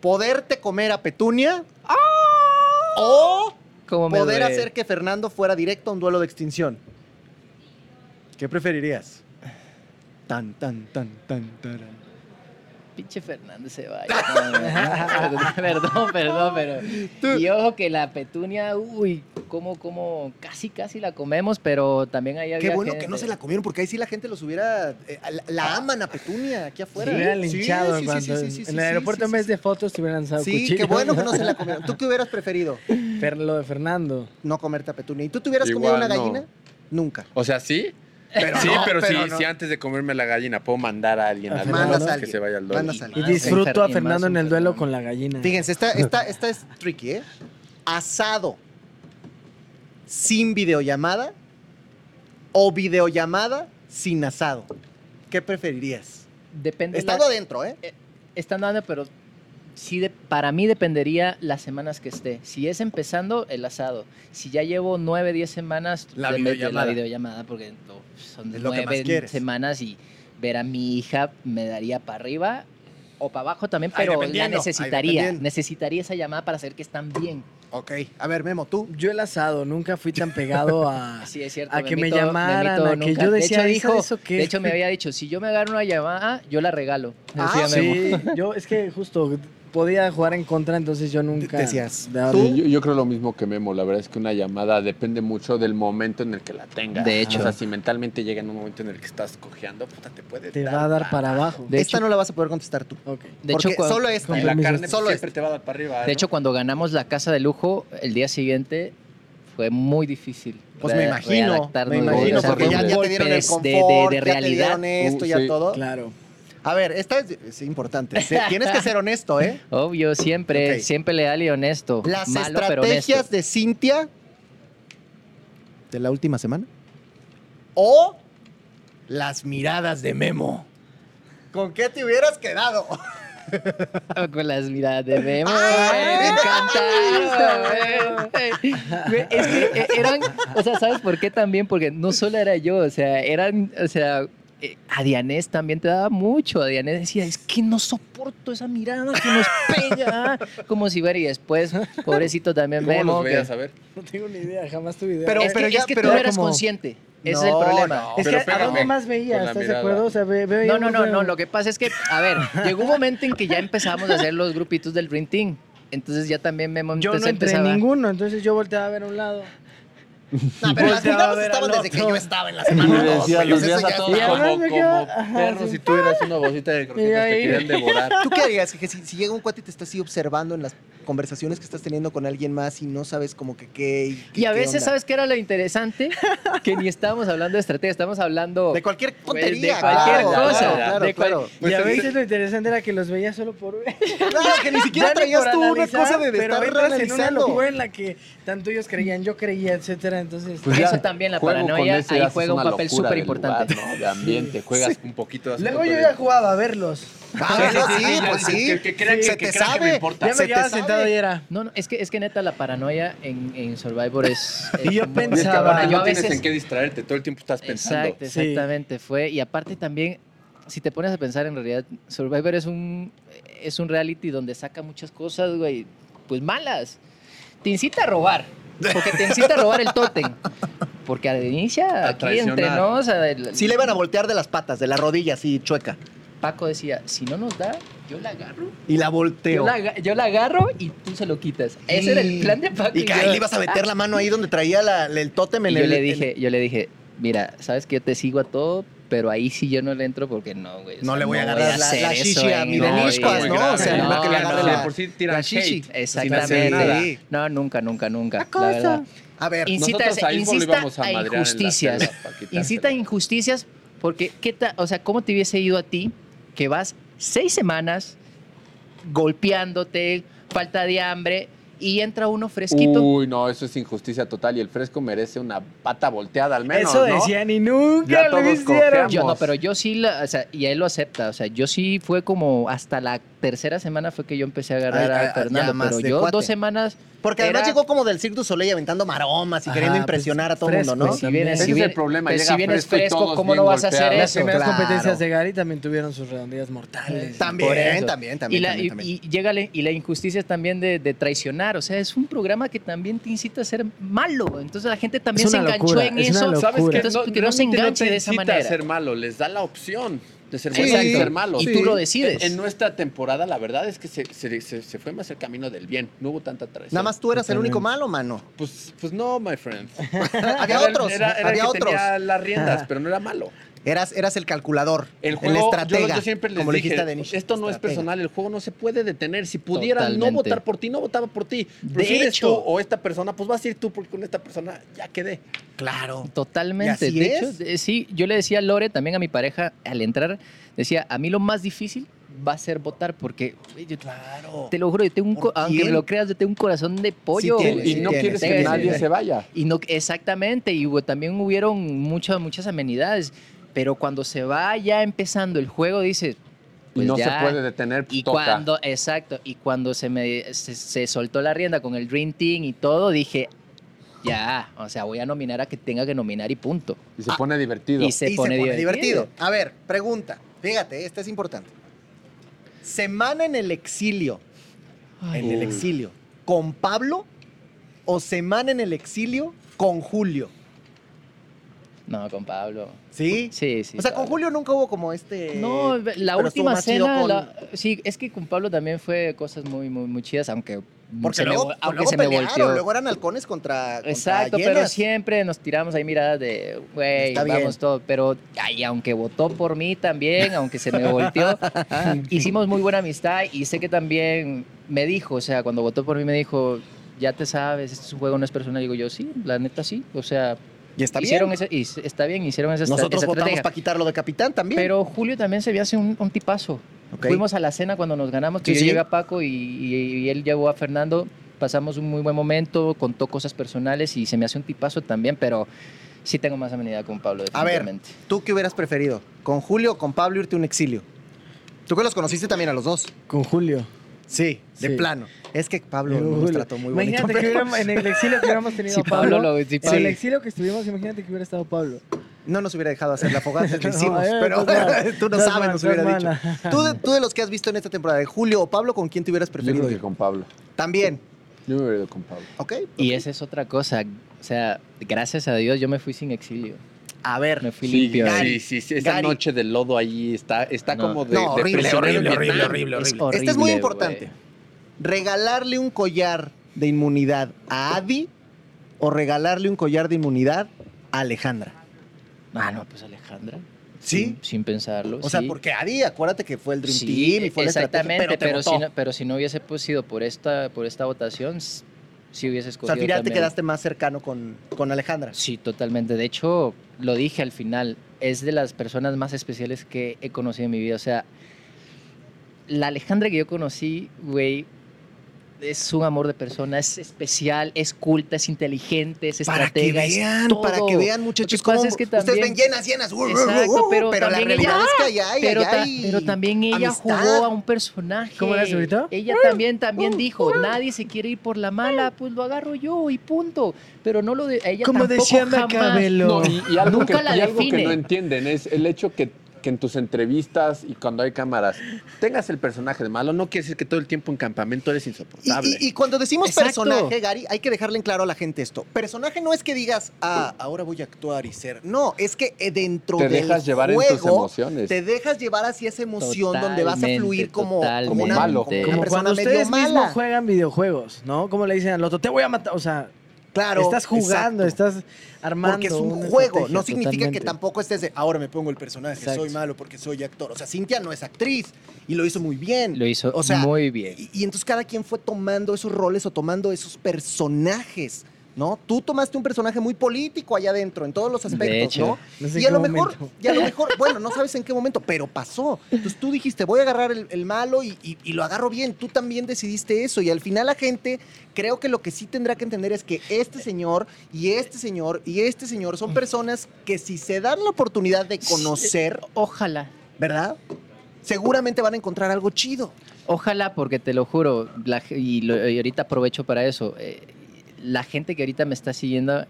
Speaker 1: Poderte comer a Petunia o
Speaker 4: ¿Cómo me
Speaker 1: poder
Speaker 4: duele?
Speaker 1: hacer que Fernando fuera directo a un duelo de extinción. ¿Qué preferirías? Tan, tan, tan, tan, taran.
Speaker 4: Pinche Fernández se vaya. perdón, perdón, pero. Y ojo que la petunia, uy, como, como, casi, casi la comemos, pero también ahí había.
Speaker 1: Qué bueno
Speaker 4: gente-
Speaker 1: que no se la comieron, porque ahí sí la gente los hubiera. eh, la- la aman a Petunia aquí afuera.
Speaker 3: Se hubieran
Speaker 1: Sí,
Speaker 3: linchado
Speaker 1: sí, sí,
Speaker 3: cuando
Speaker 1: sí, sí, sí, sí,
Speaker 3: en el
Speaker 1: sí,
Speaker 3: aeropuerto
Speaker 1: sí,
Speaker 3: en
Speaker 1: sí,
Speaker 3: vez de fotos te hubieran lanzado
Speaker 1: Sí, qué
Speaker 3: cuchillo.
Speaker 1: bueno que no se la comieron. ¿Tú qué hubieras preferido?
Speaker 3: Pero lo de Fernando.
Speaker 1: No comerte a Petunia. ¿Y tú te hubieras comido
Speaker 2: Igual,
Speaker 1: una
Speaker 2: no.
Speaker 1: gallina? Nunca.
Speaker 2: O sea, sí.
Speaker 1: Pero
Speaker 2: sí,
Speaker 1: no,
Speaker 2: pero,
Speaker 1: pero
Speaker 2: sí,
Speaker 1: no.
Speaker 2: sí, antes de comerme la gallina puedo mandar a alguien
Speaker 3: Ajá.
Speaker 2: al
Speaker 3: Mandas
Speaker 2: duelo,
Speaker 1: a
Speaker 2: que
Speaker 1: alguien,
Speaker 2: se vaya al duelo.
Speaker 1: mandas a alguien.
Speaker 3: Y
Speaker 4: Ah,
Speaker 3: disfruto a
Speaker 4: enfer- y más
Speaker 3: Fernando en
Speaker 4: un
Speaker 3: el duelo
Speaker 4: Fernando.
Speaker 3: con la gallina.
Speaker 1: Fíjense, esta, esta, esta es tricky, ¿eh? Asado sin videollamada o videollamada sin asado. ¿Qué preferirías?
Speaker 4: Depende. de la-
Speaker 1: Estando adentro, ¿eh?
Speaker 4: Estando adentro, pero sí de- para mí dependería las semanas que esté. Si es empezando, el asado. Si ya llevo nueve, diez semanas,
Speaker 5: La
Speaker 4: le meto
Speaker 5: videollamada.
Speaker 4: La videollamada, porque no, son
Speaker 5: Es lo que más
Speaker 4: nueve
Speaker 5: quieres.
Speaker 4: semanas y ver a mi hija me daría para arriba o para abajo también,
Speaker 5: Ahí
Speaker 4: pero la
Speaker 5: dependiendo, ahí
Speaker 4: necesitaría.
Speaker 5: dependiendo.
Speaker 4: Necesitaría esa llamada para saber que están bien.
Speaker 5: Ok, a ver, Memo, tú.
Speaker 3: Yo el asado, nunca fui tan pegado
Speaker 5: Ah.
Speaker 3: a...
Speaker 4: Así es cierto.
Speaker 3: a que me
Speaker 4: Memito-
Speaker 3: llamaran,
Speaker 4: Memito
Speaker 3: a que
Speaker 4: nunca-
Speaker 3: yo
Speaker 4: de
Speaker 3: decía,
Speaker 4: hecho,
Speaker 3: "Hija,
Speaker 4: dijo-
Speaker 3: ¿eso qué?"
Speaker 4: De hecho, me había dicho, si yo me agarro una llamada, yo la regalo. Decía
Speaker 5: Ah,
Speaker 4: Memo.
Speaker 3: sí, yo es que justo podía jugar en contra, entonces yo nunca...
Speaker 5: Decías,
Speaker 3: daba-
Speaker 2: Sí, yo, yo creo lo mismo que Memo, la verdad es que una llamada depende mucho del momento en el que la tengas.
Speaker 4: De hecho.
Speaker 2: O sea, si mentalmente llega en un momento en el que estás cojeando, puta, te puede
Speaker 3: Te va a dar para abajo.
Speaker 4: De
Speaker 1: esta
Speaker 4: hecho-
Speaker 1: no la vas a poder contestar tú.
Speaker 3: Ok.
Speaker 4: De
Speaker 1: porque
Speaker 4: hecho, cua-
Speaker 1: solo esta.
Speaker 2: Y la
Speaker 3: Permiso.
Speaker 2: carne pues,
Speaker 1: Solo
Speaker 2: siempre
Speaker 1: es-
Speaker 2: te va a dar para arriba.
Speaker 4: De
Speaker 2: ¿no?
Speaker 4: hecho, cuando ganamos la casa de lujo, el día siguiente fue muy difícil.
Speaker 1: Pues me
Speaker 4: re-
Speaker 1: imagino,
Speaker 4: readaptarnos,
Speaker 1: me
Speaker 4: ¿no?
Speaker 1: imagino,
Speaker 4: O sea,
Speaker 1: porque ya,
Speaker 4: fueron
Speaker 1: ya te dieron el
Speaker 4: golpes
Speaker 1: confort,
Speaker 4: de, de- de
Speaker 1: ya te
Speaker 4: realidad.
Speaker 1: dieron esto,
Speaker 2: Uh,
Speaker 1: ya
Speaker 2: sí.
Speaker 1: todo.
Speaker 3: Claro.
Speaker 1: A ver, esta es, es importante, Se- tienes que ser honesto, ¿eh?
Speaker 4: Obvio, siempre,
Speaker 1: Ok.
Speaker 4: siempre leal y honesto.
Speaker 1: Las
Speaker 4: malo, pero honesto.
Speaker 1: estrategias de Cintia de la última semana o las miradas de Memo. ¿Con qué te hubieras quedado?
Speaker 4: Con las miradas de Memo,
Speaker 1: ¡Ay!
Speaker 4: güey, me encantaron, güey. Güey, Es que eh, eran, o sea, ¿sabes por qué también? Porque no solo era yo, o sea, eran, o sea, eh, a Dianés también te daba mucho. A Dianés decía, es que no soporto esa mirada que nos pega. Como si fuera, y después, pobrecito también
Speaker 2: ¿Cómo
Speaker 4: Memo.
Speaker 2: los
Speaker 4: que-
Speaker 2: veías? A ver.
Speaker 3: No tengo ni idea, jamás tuve idea.
Speaker 1: Pero-
Speaker 4: es que,
Speaker 1: ya-
Speaker 4: es que
Speaker 1: pero
Speaker 4: tú no
Speaker 1: era
Speaker 4: eras
Speaker 1: como-
Speaker 4: consciente. Ese es
Speaker 1: No,
Speaker 4: el problema.
Speaker 2: no,
Speaker 3: es que,
Speaker 2: pero
Speaker 3: ¿a dónde
Speaker 2: pégame
Speaker 3: más veía?
Speaker 2: con la
Speaker 3: ¿Estás de
Speaker 2: mirada.
Speaker 3: acuerdo? O sea, ve- veo
Speaker 4: No,
Speaker 3: ahí
Speaker 4: no,
Speaker 3: unos
Speaker 4: no, no.
Speaker 3: dedos.
Speaker 4: Lo que pasa es que, a ver, llegó un momento en que ya empezamos a hacer los grupitos del Dream Team. Entonces ya también Memo
Speaker 3: Yo no
Speaker 4: entonces
Speaker 3: entré en
Speaker 4: empezaba-
Speaker 3: ninguno, entonces yo volteaba a ver a un lado.
Speaker 1: No, pero las
Speaker 3: Volteaba a
Speaker 1: miradas
Speaker 3: ver
Speaker 1: estaban
Speaker 3: al
Speaker 1: desde que
Speaker 3: otro.
Speaker 1: yo estaba en la semana. dos,
Speaker 2: pues,
Speaker 1: güey, o sea, eso ya
Speaker 3: Y
Speaker 1: estaba.
Speaker 3: además me
Speaker 2: como,
Speaker 3: quedaba-
Speaker 2: como
Speaker 3: ajá,
Speaker 2: perros
Speaker 3: sí.
Speaker 2: si tuvieras una bolsita de croquetas
Speaker 3: ahí-
Speaker 2: te querían devorar.
Speaker 1: ¿Tú qué harías? Que si, si llega un cuate y te está así observando en las conversaciones que estás teniendo con alguien más y no sabes como que qué...
Speaker 4: Y a veces, ¿sabes qué era lo interesante? Que ni estábamos hablando de estrategia, estábamos hablando...
Speaker 1: De cualquier
Speaker 4: Güey,
Speaker 1: tontería.
Speaker 4: de cualquier
Speaker 1: claro,
Speaker 2: cosa,
Speaker 1: Claro, claro,
Speaker 4: de cual-
Speaker 1: claro.
Speaker 2: Pues
Speaker 3: y a
Speaker 2: es-
Speaker 3: veces lo interesante era que los veía solo por ver.
Speaker 1: Claro, que ni siquiera
Speaker 3: Ya ni
Speaker 1: traías
Speaker 3: por
Speaker 1: tú una
Speaker 3: analizar,
Speaker 1: cosa de, de
Speaker 3: pero
Speaker 1: estar
Speaker 3: entras en una
Speaker 1: analizando.
Speaker 3: locura en la que tanto ellos creían, yo creía, etcétera. Entonces,
Speaker 2: Pues
Speaker 4: Eso
Speaker 2: ya,
Speaker 4: también, la
Speaker 2: juego
Speaker 4: paranoia,
Speaker 2: con ese,
Speaker 4: ahí
Speaker 2: haces
Speaker 4: juega un
Speaker 2: una
Speaker 4: papel
Speaker 2: locura del
Speaker 4: superimportante.
Speaker 2: lugar, ¿no? De ambiente, juegas un poquito. haces
Speaker 3: luego
Speaker 2: un
Speaker 3: yo
Speaker 2: poquito
Speaker 3: ya jugaba a verlos.
Speaker 1: Ah,
Speaker 2: Sí, sí, sí,
Speaker 1: sí,
Speaker 2: ya
Speaker 1: pues
Speaker 2: dices
Speaker 1: sí.
Speaker 2: que- que
Speaker 1: Se
Speaker 2: crean que-
Speaker 1: te
Speaker 2: que crean que me
Speaker 1: sabe.
Speaker 2: importa.
Speaker 3: Ya
Speaker 1: Pues, Se
Speaker 3: me
Speaker 1: te
Speaker 3: quedaba
Speaker 1: sabe.
Speaker 3: sentado y era.
Speaker 4: No, no, es que, es que neta la paranoia en, en Survivor es...
Speaker 3: Y
Speaker 4: es
Speaker 3: yo
Speaker 4: muy-
Speaker 2: Es que
Speaker 3: pensaba,
Speaker 2: aparte
Speaker 4: Bueno, yo
Speaker 2: no
Speaker 4: a
Speaker 2: tienes
Speaker 4: veces-
Speaker 2: en qué distraerte, todo el tiempo estás pensando.
Speaker 4: Exacto,
Speaker 3: Sí.
Speaker 4: exactamente. Fue, y aparte también, si te pones a pensar, en realidad, Survivor es un, es un reality donde saca muchas cosas, güey, pues malas. Te incita a robar, porque te incita a robar el tótem. Porque al inicio,
Speaker 2: A
Speaker 4: aquí entre
Speaker 2: traicionar.
Speaker 4: nos, a- el-
Speaker 1: Sí le van a voltear de las patas, de la rodilla, así chueca.
Speaker 4: Paco decía, si no nos da, yo la agarro.
Speaker 1: Y la
Speaker 4: Yo
Speaker 1: volteo.
Speaker 4: la, aga- yo la agarro y tú se lo quitas. Ese era el plan de Paco.
Speaker 1: Y que
Speaker 4: yo- Ah.
Speaker 1: ahí le ibas a meter la mano ahí donde traía la- el tótem en
Speaker 4: Y yo
Speaker 1: el-
Speaker 4: le
Speaker 1: en-
Speaker 4: dije, yo le dije, mira, sabes que yo te sigo a todo, pero ahí sí yo no le entro porque no, güey. o
Speaker 1: No
Speaker 4: sea,
Speaker 1: le voy a agarrar la-
Speaker 4: hacer
Speaker 1: la
Speaker 4: eso
Speaker 1: shishi a
Speaker 4: en-
Speaker 1: mi
Speaker 4: no,
Speaker 1: Deniscuas,
Speaker 4: y-
Speaker 1: ¿no? O sea,
Speaker 4: no,
Speaker 1: no que le
Speaker 4: no,
Speaker 1: agarre
Speaker 4: no.
Speaker 1: la-
Speaker 2: por sí tiran
Speaker 1: la
Speaker 2: hate,
Speaker 1: shishi.
Speaker 2: sin hacer nada.
Speaker 4: Exactamente. No, nunca, nunca, nunca.
Speaker 3: La
Speaker 4: La verdad.
Speaker 1: A ver,
Speaker 4: Y- Incita
Speaker 2: Nosotros
Speaker 4: a-
Speaker 2: a Ismo lo
Speaker 4: incita
Speaker 2: íbamos a
Speaker 4: a
Speaker 2: madrear en la
Speaker 4: injusticias.
Speaker 2: selva para quitársela.
Speaker 4: Incita injusticias porque, ¿qué ta- o sea, ¿cómo te hubiese ido a ti que vas seis semanas golpeándote, falta de hambre y entra uno fresquito?
Speaker 2: Uy, no, eso es injusticia total y el fresco merece una pata volteada al menos,
Speaker 3: Eso
Speaker 2: ¿no?
Speaker 3: decían y nunca
Speaker 2: Ya
Speaker 3: lo
Speaker 2: todos
Speaker 3: hicieron.
Speaker 2: cojeamos.
Speaker 4: Yo no, pero yo sí, la- o sea, y él lo acepta. O sea, yo sí fue como hasta la tercera semana fue que yo empecé a agarrar
Speaker 1: Ay, ay,
Speaker 4: a
Speaker 1: ay,
Speaker 4: Fernando,
Speaker 1: ya más
Speaker 4: pero
Speaker 1: de
Speaker 4: yo
Speaker 1: cuate.
Speaker 4: dos semanas.
Speaker 1: porque además
Speaker 4: era-
Speaker 1: llegó como del Cirque du Soleil aventando maromas y
Speaker 3: Ajá,
Speaker 1: queriendo
Speaker 3: pues,
Speaker 1: impresionar a todo el mundo, ¿no?
Speaker 3: fresco,
Speaker 4: Pues, si vienes,
Speaker 3: Ese
Speaker 4: si
Speaker 2: es el
Speaker 4: vienes-
Speaker 2: problema,
Speaker 4: pues,
Speaker 2: llega
Speaker 4: si vienes
Speaker 2: fresco y
Speaker 4: fresco,
Speaker 2: todos
Speaker 4: ¿cómo
Speaker 2: bien
Speaker 4: no vas a hacer
Speaker 2: golpeados.
Speaker 3: Las
Speaker 4: eso?
Speaker 3: primeras
Speaker 1: Claro.
Speaker 3: competencias de Gary también tuvieron sus redondillas mortales.
Speaker 1: También,
Speaker 4: Por
Speaker 1: también,
Speaker 4: eso.
Speaker 1: también,
Speaker 4: Y
Speaker 1: también.
Speaker 4: la, y,
Speaker 1: también.
Speaker 4: y llega la, y la injusticia es también de, de traicionar. O sea, es un programa que también te incita a ser malo. Entonces la gente también
Speaker 3: Es
Speaker 4: se
Speaker 3: una
Speaker 4: enganchó
Speaker 3: locura,
Speaker 4: en
Speaker 3: es una
Speaker 4: eso.
Speaker 3: locura.
Speaker 2: ¿Sabes qué?
Speaker 4: Entonces, que no se
Speaker 2: realmente
Speaker 4: enganche
Speaker 2: te
Speaker 4: de esa
Speaker 2: incita a
Speaker 4: manera.
Speaker 2: ser malo, les da la opción de ser
Speaker 4: Sí,
Speaker 2: bueno y
Speaker 4: exacto.
Speaker 2: ser malo.
Speaker 4: Y tú lo decides.
Speaker 2: En nuestra temporada, la verdad es que se, se- se- se fue más el camino del bien. No hubo tanta traición.
Speaker 1: Nada más tú eras el único malo, mano.
Speaker 2: Pues, pues no, my friend.
Speaker 1: Había
Speaker 2: Ah, Era el-
Speaker 1: otros,
Speaker 2: Era, era el
Speaker 1: había
Speaker 2: que
Speaker 1: otros.
Speaker 2: tenía las riendas, pero no era malo.
Speaker 1: Eras, eras el calculador,
Speaker 2: El
Speaker 1: el,
Speaker 2: juego, yo-
Speaker 1: estratega,
Speaker 2: yo, siempre les
Speaker 1: como le
Speaker 2: dije,
Speaker 1: dijiste a Denis.
Speaker 2: esto no es
Speaker 1: Estratega.
Speaker 2: personal, el juego no se puede detener. Si pudieran
Speaker 4: Totalmente.
Speaker 2: no votar por ti, no votaba por ti. Pero
Speaker 4: De
Speaker 2: si eres
Speaker 4: hecho.
Speaker 2: tú o esta persona, pues vas a ir tú porque con esta persona ya quedé.
Speaker 1: Claro.
Speaker 4: Totalmente.
Speaker 1: Y así
Speaker 4: de
Speaker 1: es.
Speaker 4: hecho, de- sí, yo le decía a Lore también a mi pareja al entrar, decía, a mí lo más difícil va a ser votar porque güey, yo
Speaker 1: Claro.
Speaker 4: te lo juro, yo tengo un
Speaker 1: ¿Por
Speaker 4: co- aunque
Speaker 1: quién?
Speaker 4: me lo creas, yo tengo un corazón de pollo.
Speaker 1: tienes,
Speaker 4: güey.
Speaker 1: sí tienes, sí
Speaker 4: Sí, sí, sí.
Speaker 2: vaya.
Speaker 4: Y no exactamente, y güey, también hubieron muchas muchas amenidades, pero cuando se va ya empezando el juego dices, pues
Speaker 2: y no
Speaker 4: ya.
Speaker 2: se puede detener.
Speaker 4: Y
Speaker 2: toca.
Speaker 4: cuando, exacto, y cuando se me se, se soltó la rienda con el Dream Team y todo, dije, ya, o sea, voy a nominar a que tenga que nominar y punto.
Speaker 2: Y se pone divertido.
Speaker 4: Y se,
Speaker 1: Ah, y
Speaker 4: pone,
Speaker 1: se pone
Speaker 4: divertido.
Speaker 1: divertido. A ver, pregunta. Fíjate, esta es importante. ¿Semana en el exilio?
Speaker 4: Ay.
Speaker 1: en el
Speaker 2: Uy.
Speaker 1: exilio. ¿Con Pablo o semana en el exilio con Julio?
Speaker 4: No, con Pablo.
Speaker 1: ¿Sí?
Speaker 4: Sí, sí.
Speaker 1: o sea, con
Speaker 4: Pablo.
Speaker 1: Julio nunca hubo como este...
Speaker 4: No, la
Speaker 1: pero estuvo
Speaker 4: última
Speaker 1: más chido
Speaker 4: cena,
Speaker 1: con-
Speaker 4: la- sí, es que con Pablo también fue cosas muy, muy, muy chidas, aunque
Speaker 1: Porque
Speaker 4: se me
Speaker 1: luego,
Speaker 4: vol-
Speaker 1: pues
Speaker 4: aunque
Speaker 1: luego
Speaker 4: se me
Speaker 1: pelearon,
Speaker 4: volteó.
Speaker 1: luego eran halcones contra, contra
Speaker 4: Exacto, pero
Speaker 1: hienas.
Speaker 4: siempre nos tiramos ahí miradas de, güey,
Speaker 1: Está
Speaker 4: vamos
Speaker 1: bien.
Speaker 4: todo. Pero, ay, aunque votó por mí también, aunque se me volteó, hicimos muy buena amistad y sé que también me dijo, o sea, cuando votó por mí me dijo, ya te sabes, este es un juego, no es personal. Digo yo, sí, la neta sí. O sea,
Speaker 1: Y está
Speaker 4: hicieron
Speaker 1: bien.
Speaker 4: ese- y s- está bien, hicieron esa, estra-
Speaker 1: Nosotros
Speaker 4: esa
Speaker 1: votamos
Speaker 4: estrategia.
Speaker 1: para quitarlo de capitán también.
Speaker 4: Pero Julio también se veía hace un, un tipazo.
Speaker 1: Ok.
Speaker 4: Fuimos a la cena cuando nos ganamos, que
Speaker 1: Sí,
Speaker 4: yo
Speaker 1: sí.
Speaker 4: llevé a Paco y, y- y él llevó a Fernando. Pasamos un muy buen momento, contó cosas personales y se me hace un tipazo también, pero sí tengo más amenidad con Pablo,
Speaker 1: A ver.
Speaker 4: definitivamente.
Speaker 1: ¿Tú qué hubieras preferido? ¿Con Julio o con Pablo irte a un exilio? Tú que los conociste también a los dos.
Speaker 3: Con Julio.
Speaker 1: Sí, de
Speaker 3: Sí.
Speaker 1: plano. Es que Pablo
Speaker 3: Con
Speaker 1: nos
Speaker 3: Julio.
Speaker 1: trató muy bonito.
Speaker 3: imagínate que
Speaker 1: pero-
Speaker 3: hubiéramos- en el exilio que hubiéramos tenido
Speaker 4: Si
Speaker 3: a Pablo.
Speaker 4: Pablo lo- si
Speaker 3: en
Speaker 4: Pablo-
Speaker 3: el exilio que estuvimos, imagínate que hubiera estado Pablo.
Speaker 1: No nos hubiera dejado hacer la fogata, lo
Speaker 3: No,
Speaker 1: hicimos,
Speaker 3: eh,
Speaker 1: pero
Speaker 3: estás mal,
Speaker 1: tú pues, no
Speaker 3: estás
Speaker 1: sabes,
Speaker 3: mal,
Speaker 1: nos hubiera
Speaker 3: estás
Speaker 1: dicho.
Speaker 3: mala.
Speaker 1: ¿Tú de, tú de los que has visto en esta temporada, de Julio o Pablo, con quién te hubieras
Speaker 2: Yo creo
Speaker 1: preferido
Speaker 2: que
Speaker 1: ir?
Speaker 2: con Pablo.
Speaker 1: También,
Speaker 2: Yo me hubiera ido con Pablo.
Speaker 1: ¿ok?
Speaker 4: Y esa es otra cosa. O sea, gracias a Dios yo me fui sin exilio.
Speaker 1: A
Speaker 4: Me
Speaker 1: ver,
Speaker 4: fui
Speaker 2: Sí,
Speaker 4: limpio.
Speaker 1: Gary,
Speaker 2: sí, sí, sí, Esa
Speaker 1: Gary.
Speaker 2: noche de lodo ahí está, está
Speaker 4: No.
Speaker 2: como de,
Speaker 1: No,
Speaker 2: de
Speaker 1: horrible,
Speaker 2: prisionero en
Speaker 1: horrible, horrible, horrible,
Speaker 2: Vietnam.
Speaker 4: Es
Speaker 1: este es muy
Speaker 4: horrible,
Speaker 1: importante.
Speaker 4: güey.
Speaker 1: ¿Regalarle un collar de inmunidad a Adi o regalarle un collar de inmunidad a Alejandra?
Speaker 4: Ah, no, pues Alejandra.
Speaker 1: ¿Sí?
Speaker 4: Sin, sin pensarlo.
Speaker 1: O sea,
Speaker 4: sí.
Speaker 1: porque Adi, acuérdate que fue el Dream
Speaker 4: Sí,
Speaker 1: Team y fue la estrategia,
Speaker 4: exactamente,
Speaker 1: pero te
Speaker 4: pero,
Speaker 1: votó.
Speaker 4: si no, pero si no hubiese pues, sido por esta, por esta votación, s- sí hubiese
Speaker 1: O sea,
Speaker 4: escogido
Speaker 1: al final te
Speaker 4: también.
Speaker 1: quedaste más cercano con, con Alejandra.
Speaker 4: Sí, totalmente. De hecho, lo dije al final, es de las personas más especiales que he conocido en mi vida. O sea, la Alejandra que yo conocí, güey, es un amor de persona, es especial, es culta, es inteligente, es
Speaker 1: Para que
Speaker 4: estratega, es
Speaker 1: vean,
Speaker 4: todo.
Speaker 1: para que vean, muchachos,
Speaker 4: Lo que pasa
Speaker 1: cómo
Speaker 4: es que
Speaker 1: ustedes
Speaker 4: también-
Speaker 1: ven llenas, llenas, uh, uh, uh,
Speaker 4: Exacto,
Speaker 1: uh,
Speaker 4: pero
Speaker 1: la
Speaker 4: también
Speaker 1: realidad
Speaker 4: ella-
Speaker 1: es que allá hay,
Speaker 4: pero,
Speaker 1: allá
Speaker 4: ta-
Speaker 1: hay-
Speaker 4: pero también ella
Speaker 1: amistad. Mm,
Speaker 4: jugó a un personaje.
Speaker 3: ¿Cómo era, señorita?
Speaker 4: Ella también, también dijo, nadie se quiere ir por la mala, pues lo agarro yo y punto. Pero no lo de ella
Speaker 3: Como
Speaker 4: tampoco
Speaker 3: decía
Speaker 4: jamás.
Speaker 3: Maquiavelo.
Speaker 2: No, y, y algo
Speaker 4: Nunca
Speaker 2: que,
Speaker 4: la
Speaker 2: y algo que
Speaker 4: define.
Speaker 2: no entienden es el hecho que, que en tus entrevistas y cuando hay cámaras tengas el personaje de malo, no quiere decir que todo el tiempo en campamento eres
Speaker 1: Y,
Speaker 2: insoportable.
Speaker 1: y- y cuando decimos
Speaker 4: Exacto.
Speaker 1: personaje, Gary, hay que dejarle en claro a la gente esto. Personaje no es que digas, ah, ahora voy a actuar y ser. No, es que eh, dentro
Speaker 2: te
Speaker 1: del
Speaker 2: dejas llevar en tus
Speaker 1: juego,
Speaker 2: emociones.
Speaker 1: te dejas llevar hacia esa emoción donde vas a
Speaker 4: Totalmente,
Speaker 1: fluir como, como una,
Speaker 2: totalmente.
Speaker 1: como una
Speaker 3: Como
Speaker 1: persona
Speaker 3: cuando
Speaker 1: medio
Speaker 3: ustedes mismos
Speaker 1: mala.
Speaker 3: juegan videojuegos, ¿no? Como le dicen al otro, te voy a matar. O sea,
Speaker 1: Claro,
Speaker 3: estás jugando,
Speaker 1: exacto.
Speaker 3: estás armando.
Speaker 1: Porque es un
Speaker 3: una
Speaker 1: juego,
Speaker 3: estrategia,
Speaker 1: no significa
Speaker 3: totalmente.
Speaker 1: que tampoco estés de ahora me pongo el personaje,
Speaker 3: Exacto.
Speaker 1: soy malo porque soy actor. O sea, Cintia no es actriz y lo hizo muy bien.
Speaker 4: Lo hizo
Speaker 1: O sea,
Speaker 4: muy bien.
Speaker 1: Y, y entonces cada quien fue tomando esos roles o tomando esos personajes, ¿no? Tú tomaste un personaje muy político allá adentro, en todos los aspectos,
Speaker 4: hecho.
Speaker 1: ¿no?
Speaker 3: No sé
Speaker 1: y a
Speaker 3: en
Speaker 1: lo
Speaker 3: qué
Speaker 1: mejor,
Speaker 3: momento.
Speaker 1: y a lo mejor, bueno, no sabes en qué momento, pero pasó. Entonces tú dijiste, voy a agarrar el, el malo y, y- y lo agarro bien. Tú también decidiste eso. Y al final la gente, creo que lo que sí tendrá que entender es que este señor y este señor y este señor son personas que si se dan la oportunidad de conocer,
Speaker 4: Ojalá.
Speaker 1: ¿verdad? Seguramente van a encontrar algo chido.
Speaker 4: Ojalá, porque te lo juro, la g- y, lo- y ahorita aprovecho para eso. eh, la gente que ahorita me está siguiendo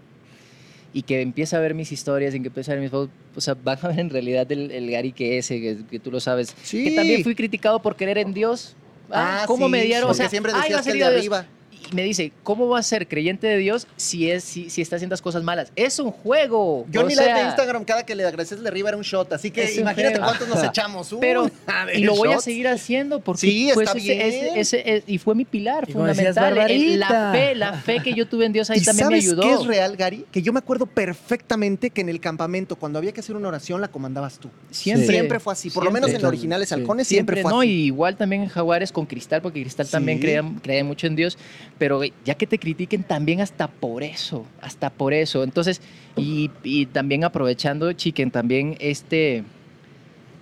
Speaker 4: y que empieza a ver mis historias, y que empieza a ver mis fotos, o sea, van a ver en realidad el, el Gary que ese, que, que tú lo sabes.
Speaker 1: Sí.
Speaker 4: Que también fui criticado por creer en Dios. Ah, ¿Cómo
Speaker 1: sí,
Speaker 4: me dieron? O
Speaker 1: porque
Speaker 4: sea,
Speaker 1: siempre
Speaker 4: "Ay, vas
Speaker 1: decías
Speaker 4: a
Speaker 1: que el
Speaker 4: ser
Speaker 1: de
Speaker 4: hijo de Dios".
Speaker 1: arriba.
Speaker 4: Y me dice, ¿cómo vas a ser creyente de Dios si, es, si, si está haciendo las cosas malas? Es un juego.
Speaker 1: Yo
Speaker 4: o
Speaker 1: ni
Speaker 4: sea,
Speaker 1: la de Instagram, cada que le agradeces el de arriba era un shot. Así que
Speaker 4: Es un
Speaker 1: imagínate
Speaker 4: feo.
Speaker 1: cuántos nos echamos.
Speaker 4: Pero-
Speaker 1: Una de
Speaker 4: Y lo voy a
Speaker 1: shots.
Speaker 4: seguir haciendo porque
Speaker 1: Sí,
Speaker 4: pues,
Speaker 1: está
Speaker 4: ese-
Speaker 1: bien.
Speaker 4: ese- ese- es- y fue mi pilar
Speaker 3: Y como decías,
Speaker 4: fundamental. el- la
Speaker 3: Barbarita.
Speaker 4: fe, la fe que yo tuve en Dios ahí
Speaker 1: ¿Y
Speaker 4: también
Speaker 1: sabes
Speaker 4: me ayudó.
Speaker 1: qué es real, Gary? Que yo me acuerdo perfectamente que en el campamento, cuando había que hacer una oración, la comandabas tú.
Speaker 4: Siempre,
Speaker 1: Siempre fue así. Por lo menos en
Speaker 4: Siempre.
Speaker 1: los originales
Speaker 3: Sí.
Speaker 1: halcones siempre,
Speaker 4: Siempre,
Speaker 1: fue
Speaker 4: no,
Speaker 1: así.
Speaker 4: y igual también en Jaguares con Cristal, porque Cristal también
Speaker 1: Sí.
Speaker 4: creía, creía mucho en Dios, pero güey, ya que te critiquen también hasta por eso, hasta por eso. Entonces, y, y también aprovechando, chiquen, también este,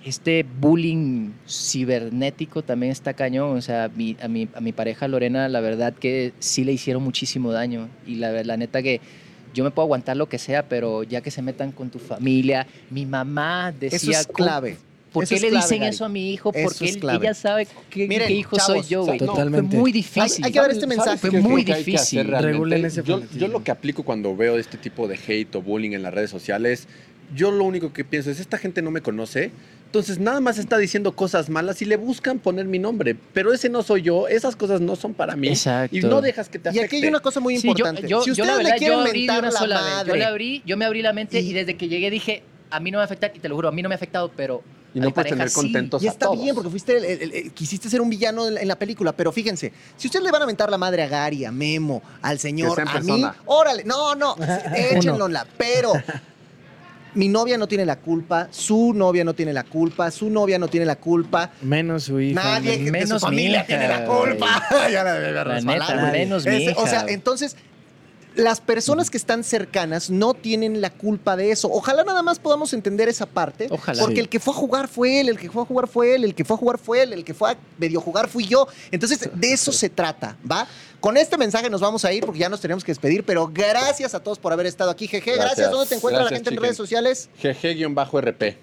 Speaker 4: este bullying cibernético también está cañón. O sea, mi- a, mi, a mi pareja Lorena, la verdad que sí le hicieron muchísimo daño. Y la, ver- la neta que yo me puedo aguantar lo que sea, pero ya que se metan con tu familia, mi mamá decía...
Speaker 1: Eso es
Speaker 4: "¿Cómo
Speaker 1: clave.
Speaker 4: ¿Por
Speaker 1: Eso
Speaker 4: qué
Speaker 1: es
Speaker 4: le
Speaker 1: clave,
Speaker 4: dicen
Speaker 1: Gary.
Speaker 4: eso a mi hijo?
Speaker 1: Eso
Speaker 4: Porque
Speaker 1: es
Speaker 4: él-
Speaker 1: clave.
Speaker 4: ella sabe qué,
Speaker 1: Miren,
Speaker 4: qué hijo soy
Speaker 1: chavos,
Speaker 4: yo, güey.
Speaker 2: o sea, no,
Speaker 3: Totalmente.
Speaker 4: Fue muy
Speaker 1: Hay,
Speaker 4: difícil.
Speaker 1: hay que dar este
Speaker 2: ¿Sabes
Speaker 1: mensaje.
Speaker 2: qué
Speaker 4: Fue
Speaker 2: es lo
Speaker 4: muy
Speaker 2: que hay que
Speaker 4: difícil.
Speaker 2: hacer realmente?
Speaker 3: Regulen ese
Speaker 2: yo,
Speaker 3: fanatismo.
Speaker 2: yo lo que aplico cuando veo este tipo de hate o bullying en las redes sociales, yo lo único que pienso es, esta gente no me conoce, entonces nada más está diciendo cosas malas y le buscan poner mi nombre, pero ese no soy yo, esas cosas no son para mí.
Speaker 4: Exacto.
Speaker 2: Y no dejas que te
Speaker 1: Y
Speaker 2: afecte.
Speaker 1: aquí hay una cosa muy
Speaker 4: Sí, yo-
Speaker 1: importante.
Speaker 4: yo,
Speaker 1: si
Speaker 4: yo,
Speaker 1: ustedes
Speaker 4: la verdad,
Speaker 1: le quieren
Speaker 4: yo abrí de
Speaker 1: mentar
Speaker 4: una
Speaker 1: la
Speaker 4: sola vez. Yo
Speaker 1: madre,
Speaker 4: la abrí, yo me abrí la mente y,
Speaker 1: Y-
Speaker 4: desde que llegué dije, a mí no me va a afectar y te lo juro, a mí no me ha afectado, pero
Speaker 2: y
Speaker 4: a
Speaker 2: no
Speaker 4: mi
Speaker 2: puedes
Speaker 4: pareja
Speaker 2: tener
Speaker 4: sí.
Speaker 2: contentos
Speaker 1: Y
Speaker 2: a
Speaker 1: está
Speaker 2: todos.
Speaker 1: bien, porque fuiste el- el- el- el- quisiste ser un villano en la, en la película, pero fíjense, si ustedes le van a mentar la madre a Gary, a Memo, al señor,
Speaker 2: sea en
Speaker 1: a
Speaker 2: persona.
Speaker 1: mí, órale, no, no, échenlo
Speaker 3: Uno.
Speaker 1: en la, pero mi novia no tiene la culpa, su novia no tiene la culpa, su novia no tiene la culpa,
Speaker 3: Menos su hija.
Speaker 1: nadie
Speaker 3: menos-
Speaker 1: de su
Speaker 4: menos mi
Speaker 1: familia
Speaker 4: hija,
Speaker 1: tiene la
Speaker 4: güey.
Speaker 1: culpa. ya la debe haber
Speaker 4: La
Speaker 1: resbalado.
Speaker 4: neta, menos mi
Speaker 1: Ese-
Speaker 4: hija.
Speaker 1: O sea, entonces, las personas que están cercanas no tienen la culpa de eso. Ojalá nada más podamos entender esa parte.
Speaker 4: Ojalá.
Speaker 1: Porque
Speaker 4: Sí.
Speaker 1: el que fue a jugar fue él, el que fue a jugar fue él, el que fue a jugar fue él, el que fue a medio jugar fui yo. Entonces, de eso se trata, ¿va? Con este mensaje nos vamos a ir porque ya nos tenemos que despedir, pero gracias a todos por haber estado aquí. Jeje, gracias.
Speaker 2: Gracias.
Speaker 1: ¿Dónde te encuentra la
Speaker 2: Gracias,
Speaker 1: gente en
Speaker 2: chiquen.
Speaker 1: redes sociales?
Speaker 2: GG-RP.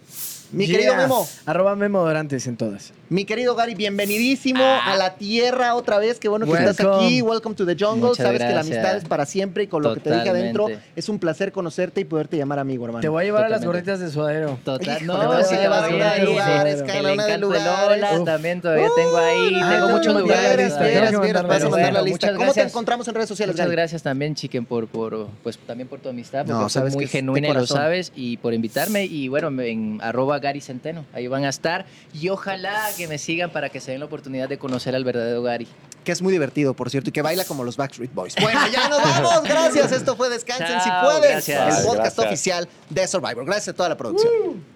Speaker 1: Mi
Speaker 3: Yeah.
Speaker 1: querido Memo,
Speaker 3: Arroba Memo Dorantes en todas.
Speaker 1: mi querido Gary, bienvenidísimo
Speaker 4: Ah.
Speaker 1: a la tierra otra vez. Qué bueno que estás
Speaker 3: Welcome.
Speaker 1: aquí. Welcome to the jungle.
Speaker 4: Muchas
Speaker 1: Sabes que la
Speaker 4: gracias.
Speaker 1: amistad es para siempre y con lo que te dije
Speaker 4: Totalmente.
Speaker 1: adentro, es un placer conocerte y poderte llamar amigo, hermano.
Speaker 3: Te voy a llevar a las
Speaker 4: Totalmente.
Speaker 3: gorditas de suadero.
Speaker 4: Total,
Speaker 1: Te voy
Speaker 4: no,
Speaker 1: a
Speaker 4: sí,
Speaker 1: llevar
Speaker 4: no,
Speaker 1: una de
Speaker 4: sí,
Speaker 1: lugares,
Speaker 4: sí,
Speaker 1: cara, una
Speaker 4: que le
Speaker 1: de
Speaker 4: encanta el
Speaker 1: lugares.
Speaker 4: Lola,
Speaker 1: Uf.
Speaker 4: también todavía tengo ahí,
Speaker 1: Ah,
Speaker 4: tengo
Speaker 1: no,
Speaker 4: muchos
Speaker 1: no, Vieras,
Speaker 4: lugares.
Speaker 3: Te tengo
Speaker 4: todavía.
Speaker 1: vieras,
Speaker 3: que
Speaker 1: vieras,
Speaker 3: mandar
Speaker 1: vas a
Speaker 3: una
Speaker 1: mandar la lista.
Speaker 3: lista.
Speaker 4: Muchas
Speaker 1: ¿Cómo te
Speaker 4: gracias.
Speaker 1: encontramos en redes sociales,
Speaker 4: Muchas
Speaker 1: Gary?
Speaker 4: gracias también, Chiquen, por, por, pues, también por tu amistad,
Speaker 1: No,
Speaker 4: porque fue
Speaker 1: sabes que
Speaker 4: muy
Speaker 1: es de
Speaker 4: genuina, y lo
Speaker 1: corazón.
Speaker 4: sabes, y por invitarme. Y bueno, en arroba Gary Centeno, ahí van a estar. Y ojalá que me sigan para que se den la oportunidad de conocer al verdadero Gary.
Speaker 1: Que es muy divertido, por cierto, y que baila como los Backstreet Boys. Bueno, ya nos vamos. Gracias. Esto fue Descansen si
Speaker 4: Chao,
Speaker 1: pueden.
Speaker 4: gracias.
Speaker 1: El podcast
Speaker 2: Gracias.
Speaker 1: oficial de Survivor. Gracias a toda la producción.